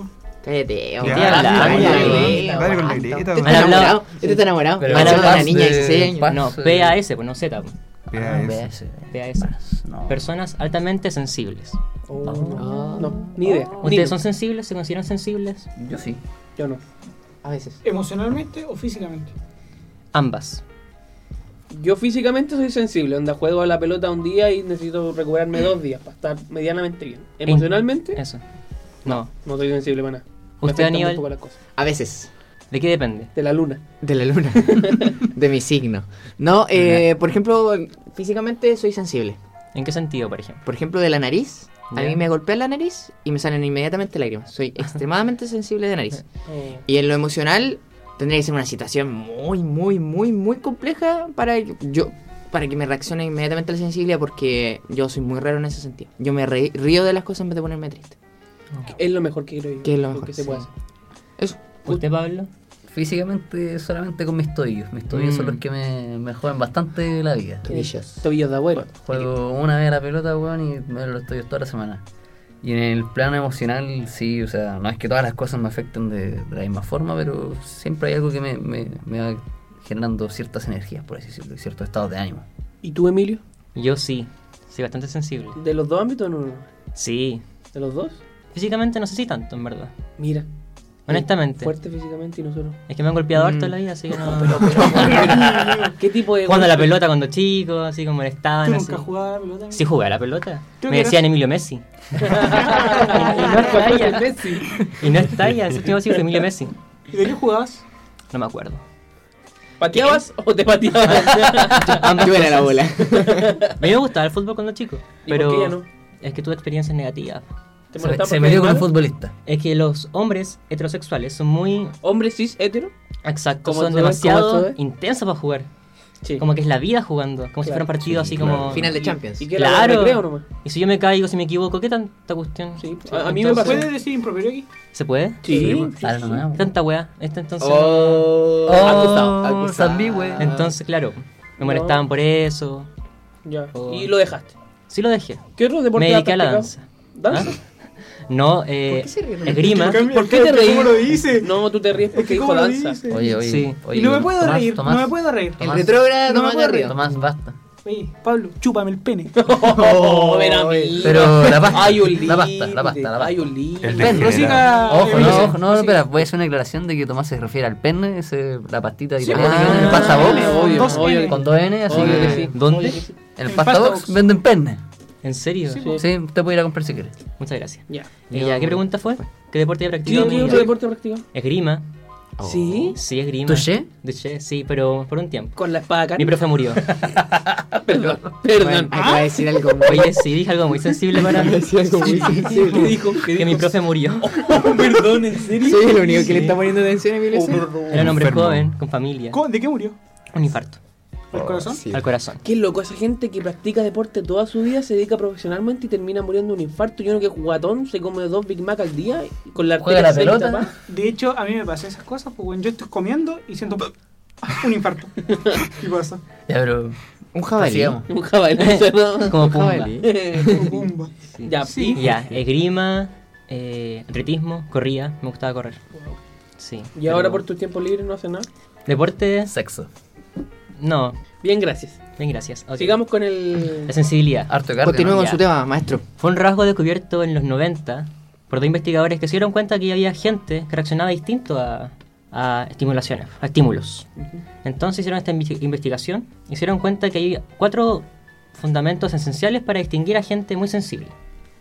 Cállate, Ya, hombre. ¿qué habla? dale, Habla, dale, habla, dale con la aguanta. grieta, Este Han está weón. habla- hablado- enamorado. Este está enamorado. Pero Van a hablar de una paz niña de de- 16 años. paz. No, eh. Sí. P-A-S, pues no Z. pues. Ya, Ah, eso. veas, P-A-S. no. Personas altamente sensibles. Ah. no. Ah. no, ni idea. ni idea. ¿Ustedes son sensibles? ¿Se consideran sensibles? Yo sí. Yo no. A veces. ¿Emocionalmente o físicamente? Ambas. Yo físicamente soy sensible, onda juego a la pelota un día y necesito recuperarme dos días para estar medianamente bien. Emocionalmente, Eso. No. no soy sensible para nada. Me ¿Usted, afectan muy Aníbal? poco las cosas. A veces. ¿De qué depende? De la luna. De [laughs] la luna. de mi signo. No, eh, por ejemplo, físicamente soy sensible. ¿En qué sentido, por ejemplo? Por ejemplo, de la nariz. A Ya. mí me golpea la nariz y me salen inmediatamente lágrimas. Soy extremadamente sensible de nariz. Y en lo emocional tendría que ser una situación muy, muy, muy, muy compleja para que yo para que me reaccione inmediatamente la sensibilidad porque yo soy muy raro en ese sentido. Yo me re- río de las cosas en vez de ponerme triste. Es lo mejor que creo yo. Que es lo mejor, que se puede sí. hacer. ¿Usted, Pablo? Físicamente solamente con mis tobillos. Mis tobillos son Mm. los que me, me juegan bastante la vida. Eh, [laughs] Tobillos de abuelo. Juego una vez a la pelota, weón, y me lo estoy toda la semana. Y en el plano emocional, sí, o sea, no es que todas las cosas me afecten de, de la misma forma, pero siempre hay algo que me, me, me va generando ciertas energías, por así decirlo, y ciertos estados de ánimo. ¿Y tú, Emilio? Yo sí. Soy bastante sensible. ¿De los dos ámbitos o no? Sí. ¿De los dos? Físicamente no sé si tanto, en verdad. Mira. Honestamente. Fuerte físicamente y nosotros. Es que me han golpeado harto en la vida, así que no... Mm. Ah. [laughs] ¿Qué tipo de.? Jugando a la golpe? [laughs] pelota cuando chico, así como Ah, molestaban, ¿Tú así. nunca jugabas a la pelota? Sí jugué a la pelota. Creo Me que no. decían Emilio Messi. y no es talla. Y no es talla, es último siglo Emilio Messi. ¿Y de qué jugabas? Ah, No me acuerdo. ¿Pateabas o te Ah, pateabas? Yo era la [laughs] bola. A mí me gustaba el fútbol cuando chico, ¿Y por pero qué ya no? es que tuve experiencias negativas. ¿Te Se, molestaba se porque me eres dio con un malo? futbolista. Es que los hombres heterosexuales son muy ¿Hombre cis hetero? exactos, ¿Cómo son tú ves? ¿Cómo tú demasiado ves? intensos para jugar. Sí. Como que es la vida jugando, como Claro. si fuera un partido así como... Final de Champions. ¿Y qué Claro. claro. creo nomás? Y si yo me caigo, si me equivoco, ¿qué tanta cuestión? Sí. A- a mí me entonces- ¿Puedes decir improperio aquí? ¿Se puede? pues. Claro, nomás, weón. Tanta weá. Esta entonces... Oh, acusado, acusado. Entonces, claro, me molestaban por eso. Ya. Oh. Y lo dejaste. Sí lo dejé. ¿Qué otro deporte Me dediqué a la has danza. practicado? ¿Danza? ¿Ah? No, eh, esgrima. ¿Por qué te reís? ¿Cómo lo dice? No, tú te ríes Es porque que dijo ¿cómo lo danza. dice? Oye, oye, Sí. oye. Y no me puedo Tomás, reír, Tomás, no me puedo reír. Tomás, retrógrado No me Tomás acuerdo. Garrido. Tomás, basta. Oye, Pablo, chúpame el [laughs] pene. Oh, ven a mí. Pero la pasta, Hay un la pasta, la límite, pasta, la pasta. Hay un límite. El Ven, de Rosica, Ah, Ojo, Emilio, no, ojo, no, espera, voy a hacer una declaración de que Tomás se refiere al pene, ese, la pastita Sí, italiana porque que venden en el tiene pasta box, dos obvio, N. obvio, con dos N, así Obvio que, que sí. ¿dónde? Obvio que sí. En el En pasta pasta box box. venden pene. ¿En serio? Sí. Sí, usted puede ir a comprar si quiere. Muchas gracias. Ya. Eh, ya, ¿Qué pregunta fue? ¿Qué deporte he ¿Qué practicado? qué en mi otro vida? deporte practicado? Esgrima. Sí. Sí, esgrima. ¿Touché? Touché, sí, pero por un tiempo. Con la espada acá. Mi profe murió. Ah, Perdón, perdón. Acaba de decir algo muy Oye, sí, dije algo muy sensible para mí. [laughs] ¿Qué dijo? ¿Qué Que dijo? mi profe murió. [laughs] Perdón, ¿en serio? Soy el único que le está poniendo atención a Emilio. Estaba [laughs] Era un hombre Enfermo. joven, con familia. ¿cómo- ¿De qué murió? Un infarto Oh, ¿El corazón? al corazón. Qué loco, esa gente que practica deporte toda su vida, se dedica profesionalmente y termina muriendo de un infarto. Y uno que es jugatón se come dos Big Mac al día y con la Juega la seca pelota. tapada. De hecho, a mí me pasan esas cosas, pues bueno, yo estoy comiendo y siento [laughs] un infarto. ¿Qué pasa? Ya, pero. Un jabalí. sigamos. [laughs] Un jabalí. ¿no? Como Pumba. jabalí. Oh, Bomba. Ya, Sí. y- Ya, esgrima, eh, atletismo, corría, me gustaba correr. Sí. Y ahora por tu tiempo libre no hace nada. Deportes, Sexo. no, Bien, gracias. bien, gracias. Ok. Sigamos con el. La sensibilidad. Harto cardio. Continúe ¿no? con Ya. su tema, maestro. Fue un rasgo descubierto en los 90 por dos investigadores que se dieron cuenta que había gente que reaccionaba distinto a, a estimulaciones, a estímulos. Entonces hicieron esta invi- investigación y se dieron cuenta que hay cuatro fundamentos esenciales para distinguir a gente muy sensible.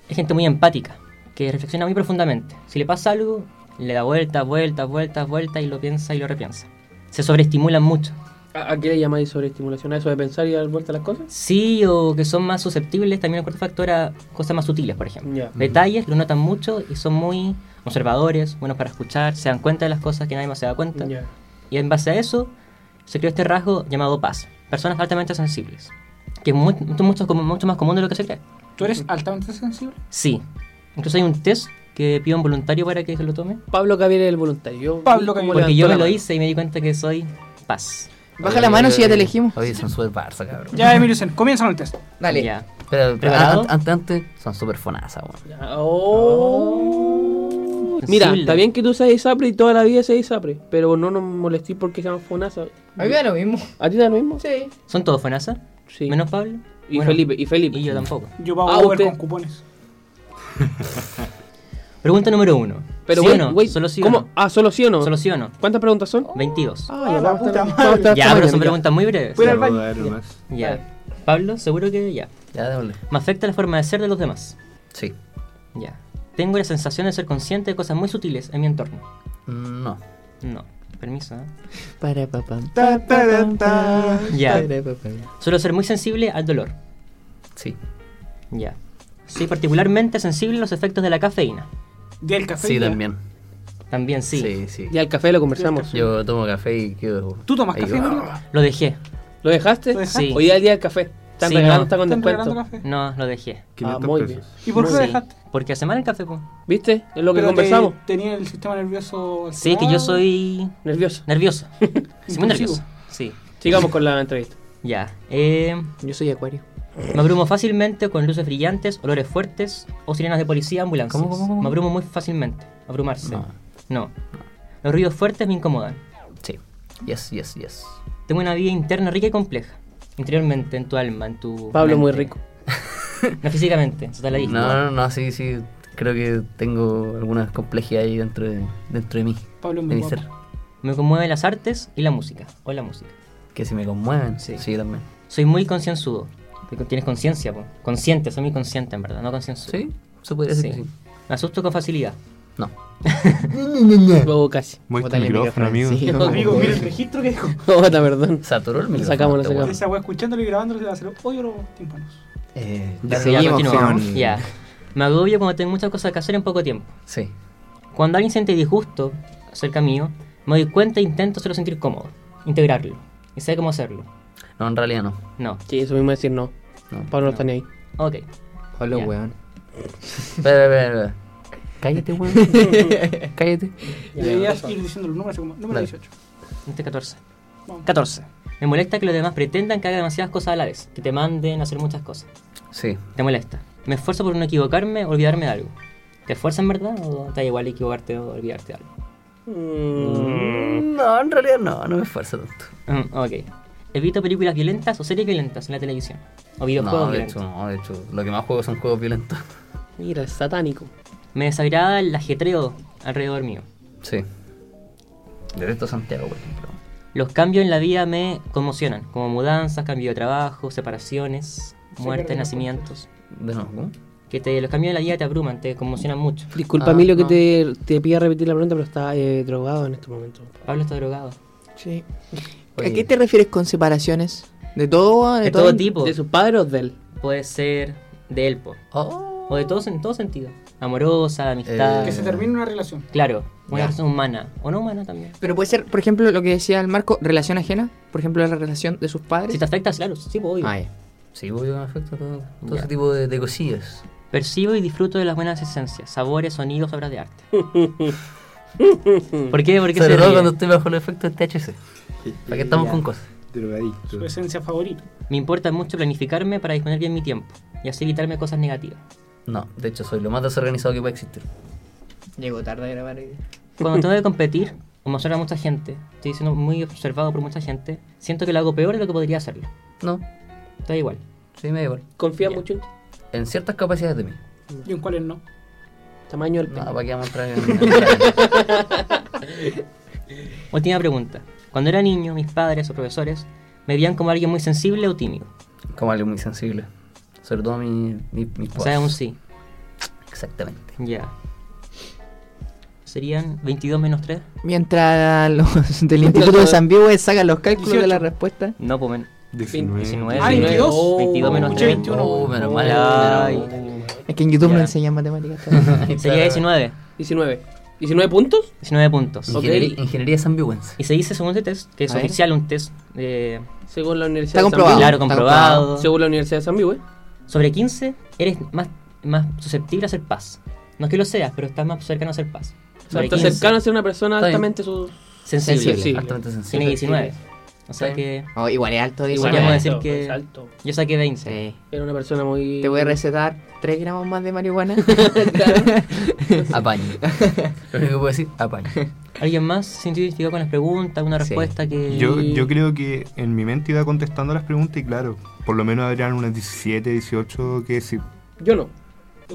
Es gente muy empática, que reflexiona muy profundamente. Si le pasa algo, le da vueltas, vueltas, vueltas, vueltas y lo piensa y lo repiensa. Se sobreestimulan mucho. ¿A, a qué le llamáis sobreestimulación? ¿A eso de pensar y dar vuelta a las cosas? Sí, o que son más susceptibles también al factor a cosas más sutiles, por ejemplo. Ya. Detalles lo notan mucho y son muy observadores, buenos para escuchar, se dan cuenta de las cosas que nadie más se da cuenta. Ya. Y en base a eso se creó este rasgo llamado paz. Personas altamente sensibles. Que es mu- mucho, mucho como- mucho más común de lo que se cree. ¿Tú eres altamente sensible? Sí. Incluso hay un test que pido a un voluntario para que se lo tome. Pablo Gabriel es el voluntario. Yo- Pablo ¿cómo Gabriel. Porque levantó yo me la lo mano? hice y me di cuenta que soy paz. Baja la mano si ya te Oye, elegimos. Oye, son súper barça, cabrón. Ya, Emilio, Sen, comienza con el test. Dale. Ya. Pero, pero ¿Preparado? an- antes, antes, Ah, son súper fonasa, weón. Ya, Ah, oh. Mira, Sensible. está bien que tú seas ISAPRE y toda la vida seas ISAPRE, pero no nos molestís porque seamos FONASA. A mí me da lo mismo. ¿A ti te da lo mismo? Sí. ¿Son todos FONASA? Sí. Menos Pablo. Y Bueno, Felipe, y Felipe. Y yo tampoco. Yo pago Ah, Uber usted. con cupones. Pregunta número uno. Pero ¿Sí wait, o no? wait, Solo sí ¿cómo? o no. Ah, solo sí o no. Solo sí o no. ¿Cuántas preguntas son? 22. Ah, ya, la vamos a puta estar- madre. vamos a estar ya, hasta pero son mañana, preguntas muy breves. Fuera al Puedo baño. Ah, dar más. Ya. Pablo, seguro que ya. Ya, démosle. Me afecta la forma de ser de los demás. Sí. Ya. Tengo la sensación de ser consciente de cosas muy sutiles en mi entorno. Mm, No. No. Permiso. ¿eh? Para papá. Ta, ta, ta, ta. Ya. Suelo ser muy sensible al dolor. Sí. Ya. Soy particularmente sensible a los efectos de la cafeína. Del café. Sí, ya. también. También sí. Sí, sí. Ya el café lo conversamos. Yo tomo café y quedo. ¿Tú tomas ahí, café, ah, Mario? Lo dejé. ¿Lo dejaste? dejaste? Sí. Hoy día es el día del café. Están Sí, regalando, no. está con Están regalando descuento. café. No, lo dejé. 500 muy pesos. ¿Y por qué lo Sí, dejaste? Porque hace mal el café, pues. ¿Viste? Es lo que Pero te- conversamos. Tenía el sistema nervioso. Sí, que yo alterado. soy Nervioso. nervioso. Soy muy Impulsivo. nervioso. Sí. Sigamos con la entrevista. Ya. Eh, Yo soy acuario. me abrumo fácilmente con luces brillantes, olores fuertes o sirenas de policía, ambulancias. ¿Cómo, cómo, cómo? Me abrumo muy fácilmente. Abrumarse. No. No. Los ruidos fuertes me incomodan. Sí. Yes, yes, yes. Tengo una vida interna rica y compleja. Interiormente, en tu alma, en tu. Pablo mente. muy rico. [laughs] No físicamente, eso está la vista. No, no, no, sí, sí. Creo que tengo algunas complejidades ahí dentro de, dentro de mí, Pablo es de muy mi guapo. ser. Me conmueven las artes y la música. O la música. Que se me conmueven. Sí. Sí, también. Soy muy concienzudo. Porque Tienes conciencia, po. consciente, soy muy consciente en verdad, no concienzudo. Sí, se podría decir Sí. que sí. Me asusto con facilidad. No. Luego casi. Muestra el Botale [laughs] micrófono, amigo. Sí, [laughs] Amigo, mira el registro que dejó. Otra, perdón. Saturó el micrófono. sacamos, lo este weón. sacamos. Esa weá escuchándolo y grabándolo le va a hacer hoyo los tímpanos. Eh, Ya ya, Ya, seguimos, continuamos. sigamos. Ya. Me agobio cuando tengo muchas cosas que hacer en poco tiempo. sí. Cuando alguien siente disgusto acerca mío, me doy cuenta e intento hacerlo sentir cómodo, integrarlo. Y sé cómo hacerlo. No, en realidad no. No. Sí, eso mismo decir no. No. Pablo no está ni ahí. Ok. este Hola, Ya. weón. Espera, espera, espera. Cállate, [laughs] weón. Cállate. Deberías ir diciendo los números, así como número Dale. 18. Este 14. Vamos. 14. Me molesta que los demás pretendan que haga demasiadas cosas a la vez, que te manden a hacer muchas cosas. Sí. Te molesta. Me esfuerzo por no equivocarme, olvidarme de algo. ¿Te esfuerzas en verdad o te da igual equivocarte o olvidarte de algo? Mm, No, en realidad no, no me esfuerzo tanto. Mm, ok. Evito películas violentas o series violentas en la televisión. O videojuegos No, de violentos. hecho, no, de hecho. Lo que más juego son juegos violentos. Mira, el satánico. Me desagrada el ajetreo alrededor mío. Sí. Derecho Santiago, por ejemplo. Los cambios en la vida me conmocionan, como mudanzas, cambio de trabajo, separaciones, muertes, nacimientos. De nuevo, ¿cómo? Que te, los cambios en la vida te abruman, te conmocionan mucho. Disculpa, Ah, Emilio, no. que te, te pida repetir la pregunta, pero está eh, drogado en este momento. Pablo está drogado. Sí. Oye. ¿A qué te refieres con separaciones? ¿De todo? De todo tipo. ¿De sus padres o de él? Puede ser de elpo. Oh. O de todos en todo sentido. Amorosa, de amistad. Eh, Que se termine una relación. Claro, una Ya. persona humana. O no humana también. Pero puede ser, por ejemplo, lo que decía el Marco, relación ajena. Por ejemplo, la relación de sus padres. Si te afectas, claro, sí, pues, obvio. Ah, ya. Sí, obvio que me afecta todo, todo Ya. ese tipo de, de cosillas. Percibo y disfruto de las buenas esencias, sabores, sonidos, obras de arte. ¿Por qué? ¿Por qué se Sobre todo ríe? cuando estoy bajo los efectos del THC. ¿Para qué estamos con cosas? Drogadicto. Mm. Su esencia favorita. Me importa mucho planificarme para disponer bien mi tiempo y así evitarme cosas negativas. No, de hecho, soy lo más desorganizado que puede existir. Llego tarde a grabar. Cuando tengo que competir o mostrar a mucha gente, estoy siendo muy observado por mucha gente, siento que lo hago peor de lo que podría hacerlo. No, Está igual. sí, me da igual. Confía Ya. mucho en En ciertas capacidades de mí. ¿Y en cuáles no? tamaño del No, pene. ¿para qué vamos a entrar [laughs] en- en- Última pregunta. Cuando era niño, mis padres o profesores me veían como alguien muy sensible o tímido. Como algo muy sensible. Sobre todo mi, mi, mis O sea, voz. un sí. Exactamente. Ya. Serían 22 menos 3. [laughs] Mientras los del Instituto de San Bibo sacan los cálculos de la respuesta. No, pues men- 19. 19. Ay, 22. 22 menos Escuché 3. 21. Oh, menos mal. Ay. menos mal. Es que en YouTube Ya. no enseñan matemáticas. [laughs] Sería 19. 19. ¿19 puntos? 19 puntos. Ingeniería, ingeniería sanbihuense. Y se dice según este test, que es A ver. oficial un test eh, Según la Está Universidad de comprobado. San claro, está comprobado. Vivo. Según la Universidad de San Vivo, ¿eh? Sobre 15 eres más, más susceptible a ser paz. No es que lo seas, pero estás más cercano a ser paz. O sea, Sobre está 15, cercano a ser una persona Está bien. altamente sus... sensible. sensible. Altamente sensible. Tiene 19. O sea Sí. que Oh, igual es alto, Igual igual es es vamos alto. a decir que- Alto. yo saqué 20. Sí. Era una persona muy... Te voy a recetar 3 gramos más de [laughs] marihuana. [laughs] [laughs] Apaño. Lo único que puedo decir, apaño. ¿Alguien más se identificó con las preguntas? ¿Una Sí. respuesta que...? Yo, yo creo que en mi mente iba contestando las preguntas y claro, por lo menos habrían unas 17, 18 que si Yo no.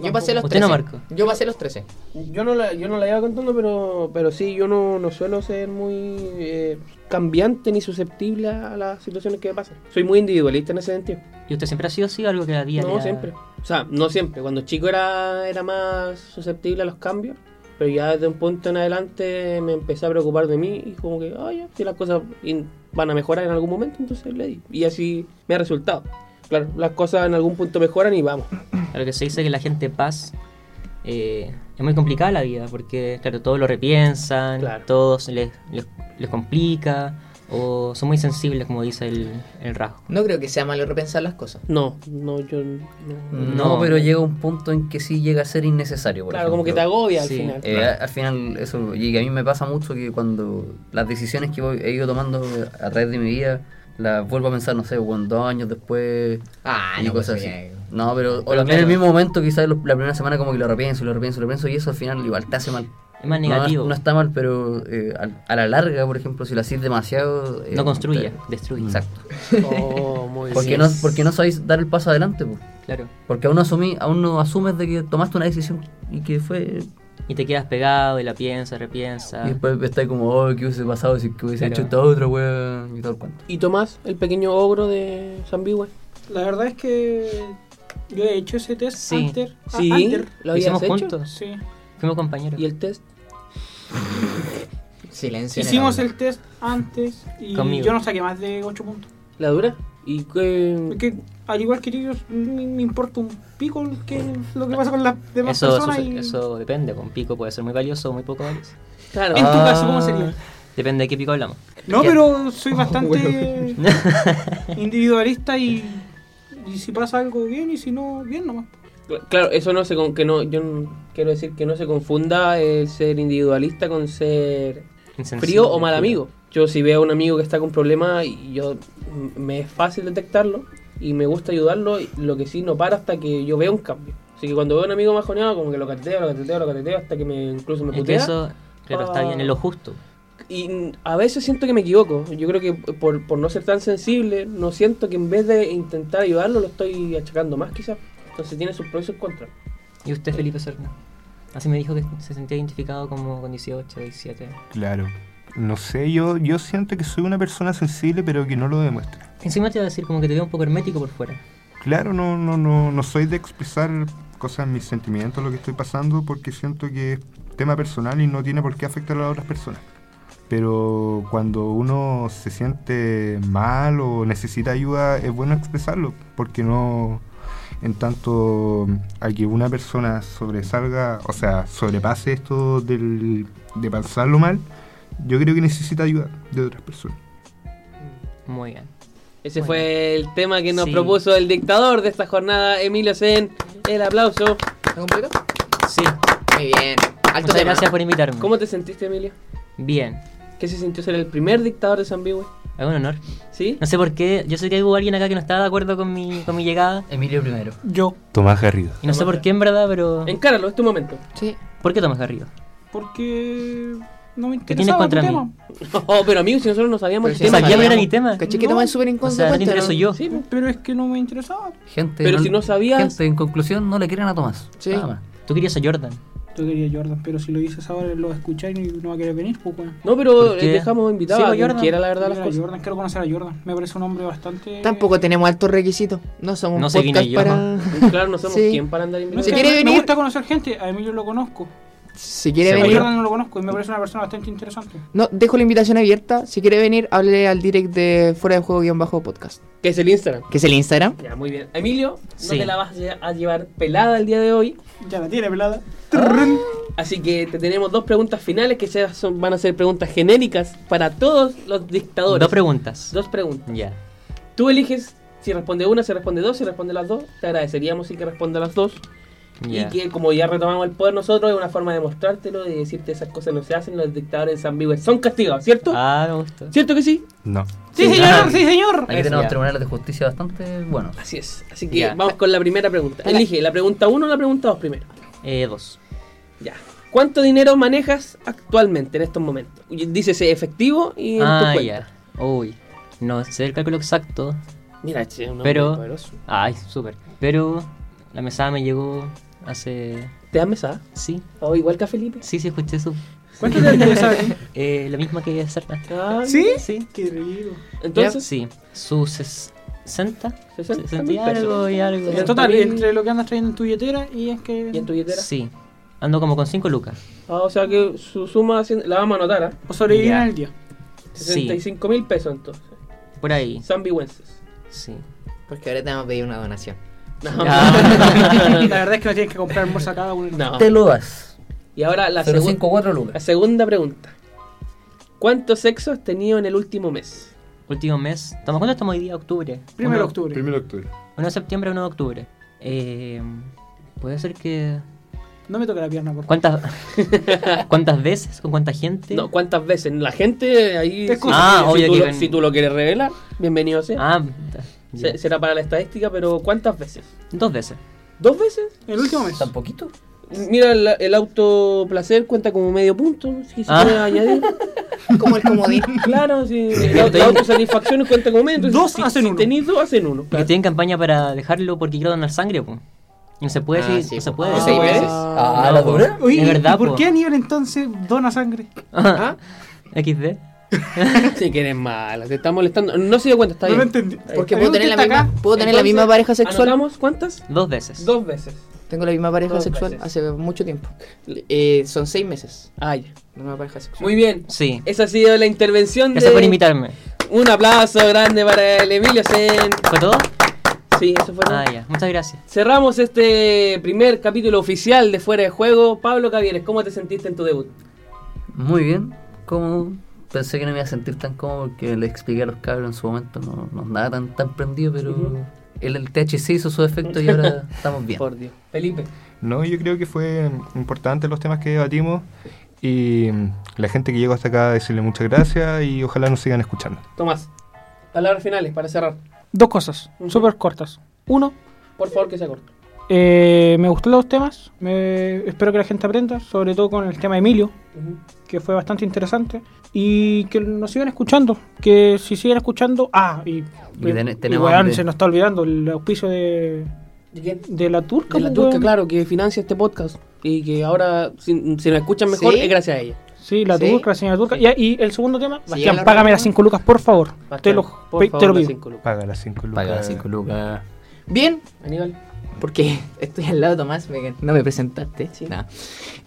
Yo pasé los 13. Usted no, Marco. Yo pasé los 13. Yo no la, yo no la iba contando, pero, pero sí, yo no, no suelo ser muy eh, cambiante ni susceptible a las situaciones que me pasan. Soy muy individualista en ese sentido. ¿Y usted siempre ha sido así o algo que había... No, siempre. O sea, no siempre. Cuando chico era, era más susceptible a los cambios, pero ya desde un punto en adelante me empecé a preocupar de mí y como que, oye, si las cosas in- van a mejorar en algún momento, entonces le di. Y así me ha resultado. Claro, las cosas en algún punto mejoran y vamos. a lo que se dice que la gente paz eh, es muy complicada la vida, porque claro, todos lo repiensan, Claro. todos les, les, les complica, o son muy sensibles, como dice el, el rasgo. No creo que sea malo repensar las cosas. No, no, yo. no. No, No. pero llega un punto en que sí llega a ser innecesario. por Claro, como que te ejemplo. agobia al Sí. final. Eh, a- Al final, eso, y que a mí me pasa mucho que cuando las decisiones que voy- he ido tomando a través de mi vida, las vuelvo a pensar, no sé, bueno, dos años después Ah, y no, cosas pues, así. eh, No, pero, o Pero también en el claro. mismo momento, quizás lo- la primera semana como que lo repienso, lo repienso, lo repienso, y eso al final igual te hace mal. Es más No, negativo, No, no, está mal, pero eh, al- a, la larga, por ejemplo, si lo haces demasiado... eh, construye, te- Mm. destruye. Mm. Exacto. Oh, muy bien. Porque no, porque no sabéis dar el paso adelante, pues. Claro. Porque aún no, asumí, aún no asumes de que tomaste una decisión y que fue Y te quedas pegado y la piensas, repiensas. Y después está como, oh, ¿qué hubiese pasado si que hubiese Ah. Claro. hecho esta otra, weón? Y todo el cuento. ¿Y Tomás, el pequeño ogro de Zambihue? La verdad es que yo he hecho ese test Sí. antes. a- Sí, antes. lo Lo habíamos hicimos hecho. juntos, Sí. fuimos compañeros. ¿Y el test? Silencio. en el Hicimos aula. el test antes y Conmigo. yo no saqué más de 8 puntos. ¿La dura? ¿Y qué? Porque al igual que ellos, me, me importa un pico el que, lo que pasa con las demás Eso, personas. suce- y- eso depende, con pico puede ser muy valioso o muy poco valioso. Claro. En tu Ah. caso, ¿cómo sería? Depende de qué pico hablamos. No, pero soy bastante [laughs] individualista y, y si pasa algo bien y si no, bien nomás. Claro, eso no se con que no yo no- quiero decir que no se confunda el ser individualista con ser Insensible, frío o mal frío. amigo. Yo si veo a un amigo que está con problemas y yo m- me es fácil detectarlo y me gusta ayudarlo, y lo que sí no para hasta que yo vea un cambio. Así que cuando veo a un amigo majoneado como que lo cateteo, lo cateteo, lo cateteo hasta que me incluso me Es que putea. eso, claro, está Ah. bien, es lo justo. Y mm, a veces siento que me equivoco. Yo creo que por, por no ser tan sensible, no siento que en vez de intentar ayudarlo, lo estoy achacando más quizás. Entonces tiene sus pros y sus contras. ¿Y usted, Felipe Serna? Así me dijo que se sentía identificado como con 18, 17. Claro. No sé, yo, yo siento que soy una persona sensible, pero que no lo demuestra. Encima te iba a decir como que te veo un poco hermético por fuera. Claro, no, no, no, no soy de expresar cosas, mis sentimientos, lo que estoy pasando, porque siento que es tema personal y no tiene por qué afectar a las otras personas. Pero cuando uno se siente mal o necesita ayuda, es bueno expresarlo, porque no, en tanto a que una persona sobresalga, o sea, sobrepase esto del, de pasarlo mal, yo creo que necesita ayuda de otras personas. Muy bien. Ese Bueno. fue el tema que nos Sí. propuso el dictador de esta jornada, Emilio Sen. El aplauso. ¿Algún público? Sí, Muy bien. Alto muchas tema. gracias por invitarme. ¿Cómo te sentiste, Emilio? Bien, ¿Qué se sintió ser el primer dictador de Zambihue? es un honor. [laughs] ¿Sí? No sé por qué, yo sé que hubo alguien acá que no estaba de acuerdo con mi, con mi llegada. Emilio primero. Yo. Tomás Garrido. Y no sé por qué en verdad, pero... Encáralo, es tu momento. [laughs] Sí. ¿Por qué Tomás Garrido? Porque no me ¿Qué tienes interesaba contra tu mí? tema. Oh, pero amigos, si nosotros no sabíamos el Pero si O tema. sea, ya no sabíamos. era mi tema. Caché que Tomás es súper O sea, no te inconsecuente. intereso yo. Sí, Pero es que no me interesaba. Gente, Pero si no sabías- Gente, en conclusión, no le crean a Tomás. Sí. Nada más. Tú querías a Jordan. Yo quería Jordan, pero si lo dices ahora lo escucháis y no va a querer venir, pues bueno. No, pero ¿Por qué? eh, dejamos invitado Sí, a pues, quien Jordan. quiera, la verdad, Quiero las ver a cosas. Jordan, quiero conocer a Jordan. Me parece un hombre bastante. Tampoco tenemos altos requisitos. No somos No un se vino podcast yo, para... Claro, no somos Sí. quién para andar Me Si gusta- invitando. quiere me venir- gusta conocer gente. A Emilio lo conozco. [laughs] Si quiere A venir... Jordan no lo conozco y me parece una persona bastante interesante. No, dejo la invitación abierta. Si quiere venir, háblele al direct de Fuera de Juego guión bajo podcast. Que es el Instagram. Que es el Instagram. Ya, muy bien. Emilio, Sí. no te la vas a lle- a llevar pelada el día de hoy. Ya la tiene pelada. Así que te tenemos dos preguntas finales que ya son- van a ser preguntas genéricas para todos los dictadores. Dos preguntas. Dos preguntas. Ya. Tú eliges si responde una, si responde dos, si responde las dos. Te agradeceríamos si que responda las dos. Ya. Y que como ya retomamos el poder nosotros, es una forma de mostrártelo, de decirte esas cosas no se hacen, los dictadores en San Miguel son castigados, ¿cierto? Ah, me gustó. ¿Cierto que sí? No. Sí, señor, sí, señor. Aquí Eso tenemos ya. tribunales de justicia bastante buenos. Así es. Así que Ya. vamos con la primera pregunta. Elige la pregunta uno o la pregunta dos primero. Eh, dos. Ya. ¿Cuánto dinero manejas actualmente en estos momentos? Y Dices eh, efectivo y en tu Ah, cuenta. ya. Uy. No sé el cálculo exacto. Mira, che, un hombre Pero- poderoso. Ay, súper. Pero la mesada me llegó hace... ¿Te das mesada? Sí, Oh, igual que a Felipe. sí, sí, escuché su... ¿Cuánto te interesa? Eh, la misma que Serna. Ah, ¿Sí? Sí. Qué rico. Entonces, Sí, sus 60. 60 60 y mil pesos. algo y algo. En total, entre lo que andas trayendo en tu billetera y es que. ¿y en tu billetera? Sí. Ando como con 5 lucas. Ah, o sea que su suma cien- la vamos a anotar, ¿ah? O sobrevivir Ya. en el día. Sí, 65 mil pesos entonces. por ahí. Zambiwenses. Sí. Porque ahora te vamos a pedir una donación. La verdad es que no tienes que comprar almuerzo a cada uno. No. Te lo das. Y ahora la, Pero segun- 5 4 la lucas. segunda pregunta. ¿Cuántos sexos has tenido en el último mes? Último mes. ¿Estamos cuándo estamos hoy día? Octubre. Primero de Uno- octubre. Primero de octubre. 1 de septiembre, 1 de octubre. Eh, puede ser que. No me toque la pierna, por favor. ¿Cuántas, [laughs] ¿Cuántas veces? ¿Con cuánta gente? No, ¿cuántas veces? La gente ahí... Es Si, cosa- Ah, si obvio tú que lo, ven- si tú lo quieres revelar, bienvenido sea. Ah, Se- ya. será para la estadística, pero ¿cuántas veces? dos veces. ¿Dos veces? El último mes. ¿Tampoquito? Mira, el, el autoplacer cuenta como medio punto, si se Ah. quiere añadir. [laughs] Como el comodín. Claro, si la, la autosatisfacción cuenta como medio. entonces, Dos si, hacen si uno. tenéis dos, hacen [laughs] uno. [laughs] Porque estoy en campaña para dejarlo porque quiero donar sangre, pues. No se puede Ah, decir, sí, no se po. puede. Ah, decir. seis veces. Ah, No, la po. dura. Oye, es ¿y verdad, ¿por po. Ah, qué Ah. Aníbal entonces dona sangre? Ajá. XD. Si que eres mala, te está molestando. No se dio cuenta, está No lo bien. entendí. Porque puedo Aníbal, ¿usted tener la está misma, acá? puedo tener la Entonces, misma pareja sexual. ¿Anotamos cuántas? Dos veces. Dos veces. Tengo la misma pareja Dos sexual veces. hace mucho tiempo. Eh, son seis meses. Ah, ya. La misma pareja sexual. Muy bien. Sí. Esa ha sido la intervención Gracias por de. invitarme. Un aplauso grande para el Emilio Sen. ¿Fue todo? Sí, eso fue todo. Ah, ya. Muchas gracias. Cerramos este primer capítulo oficial de Fuera de Juego. Pablo Cavieres, ¿cómo te sentiste en tu debut? Muy bien. Cómodo. Pensé que no me iba a sentir tan cómodo porque le expliqué a los cabros en su momento. No, no andaba tan, tan prendido, pero el, el THC hizo su efecto y ahora estamos bien. Por Dios. Felipe. No, yo creo que fue mm, importante los temas que debatimos y mm, la gente que llegó hasta acá decirle muchas gracias y ojalá nos sigan escuchando. Tomás. Palabras finales para cerrar. Dos cosas, Ujú. súper cortas. Uno, Por favor, que sea corto. eh, me gustaron los temas. me- espero que la gente aprenda, sobre todo con el tema de Emilio, que fue bastante interesante. Y que nos sigan escuchando. Que si siguen escuchando. Ah, y. Y ten- y, tenemos weón, hambre. se nos está olvidando el auspicio de, ¿De quién? de la turca. De la pues, turca, weón. claro, que financia este podcast. Y que ahora, si, si nos escuchan mejor, Sí. es gracias a ella. Sí, la Sí. turca, la señora turca. Y, y el segundo tema, Bastián, la ropa. págame las 5 lucas, por favor. te Bastián, lo, por pe- favor, te lo las pido. cinco lucas. Paga las 5 lucas. Paga 5 lucas. Bien, Aníbal. porque [laughs] estoy al lado de Tomás, me- no me presentaste. nada.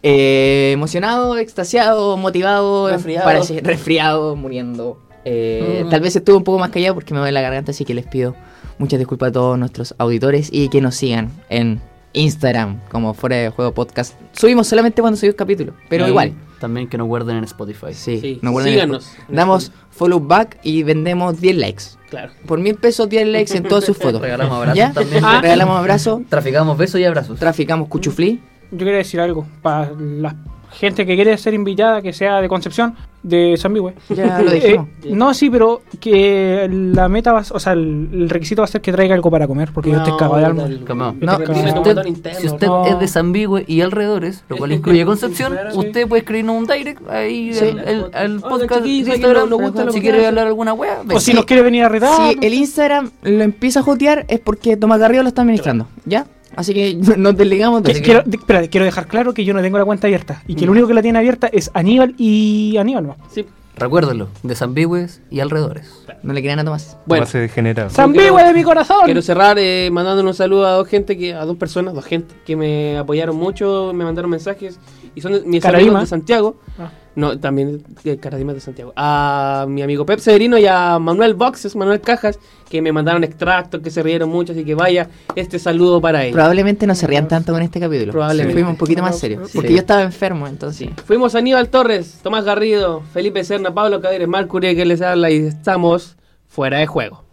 Eh, emocionado, extasiado, motivado, Resfriado. para seguir- resfriado, muriendo. Eh, Mm. Tal vez estuve un poco más callado porque me duele la garganta, así que les pido muchas disculpas a todos nuestros auditores y que nos sigan en Instagram como fuera de juego podcast. Subimos solamente cuando subimos capítulo, pero Y igual. También que nos guarden en Spotify. Sí, Sí, no guarden el- síganos. Damos follow back y vendemos 10 likes. Claro. Por mil pesos 10 likes en todas sus fotos. Regalamos abrazos ¿Ya? también. Ah. Regalamos abrazos, Traficamos besos y abrazos. traficamos cuchuflí. Yo quería decir algo para la gente que quiere ser invitada, que sea de Concepción, de San Miguel. Ya Ah, lo dijimos. Eh, no, sí, pero que la meta va, a- o sea, el, el requisito va a ser que traiga algo para comer, porque yo te cago de alma. Calmao. No, No, tiene si tu usted- botón interno, Si usted no. es de Sambigüe y alrededores, lo cual incluye Concepción, usted puede escribirnos un direct ahí Sí. al, al- al Oiga, podcast de chiquillos, aquí Instagram. no nos gusta lo si que quiere hacen. hablar alguna wea, O venga. si nos quiere venir a redar. Si el Instagram lo empieza a jotear es porque Tomás Garrido lo está administrando. ¿Ya? Así que [laughs] nos desligamos de Que- quiero, de- espera, quiero dejar claro que yo no tengo la cuenta abierta y que el único que la tiene abierta es Aníbal y Aníbal. ¿no? Sí. Recuérdelo, de Sambigües y alrededores. No le crean a Tomás. Bueno, Base degenerado. San quiero- Miguel de mi corazón. Quiero cerrar eh, mandándole un saludo a dos gente que, a dos personas, dos gente que me apoyaron mucho, me mandaron mensajes y son de- mis Caradima. amigos de Santiago. Ah. No, también eh, Caradima de Santiago. A mi amigo Pep Severino y a Manuel Boxes, Manuel Cajas, que me mandaron extractos, que se rieron mucho, así que vaya este saludo para ellos. Probablemente no se rían tanto con este capítulo. Probablemente. Fuimos un poquito más serios. Porque yo estaba enfermo, entonces. Fuimos Aníbal Torres, Tomás Garrido, Felipe Serna, Pablo Caderes, Marc Curie, que les habla y estamos fuera de juego.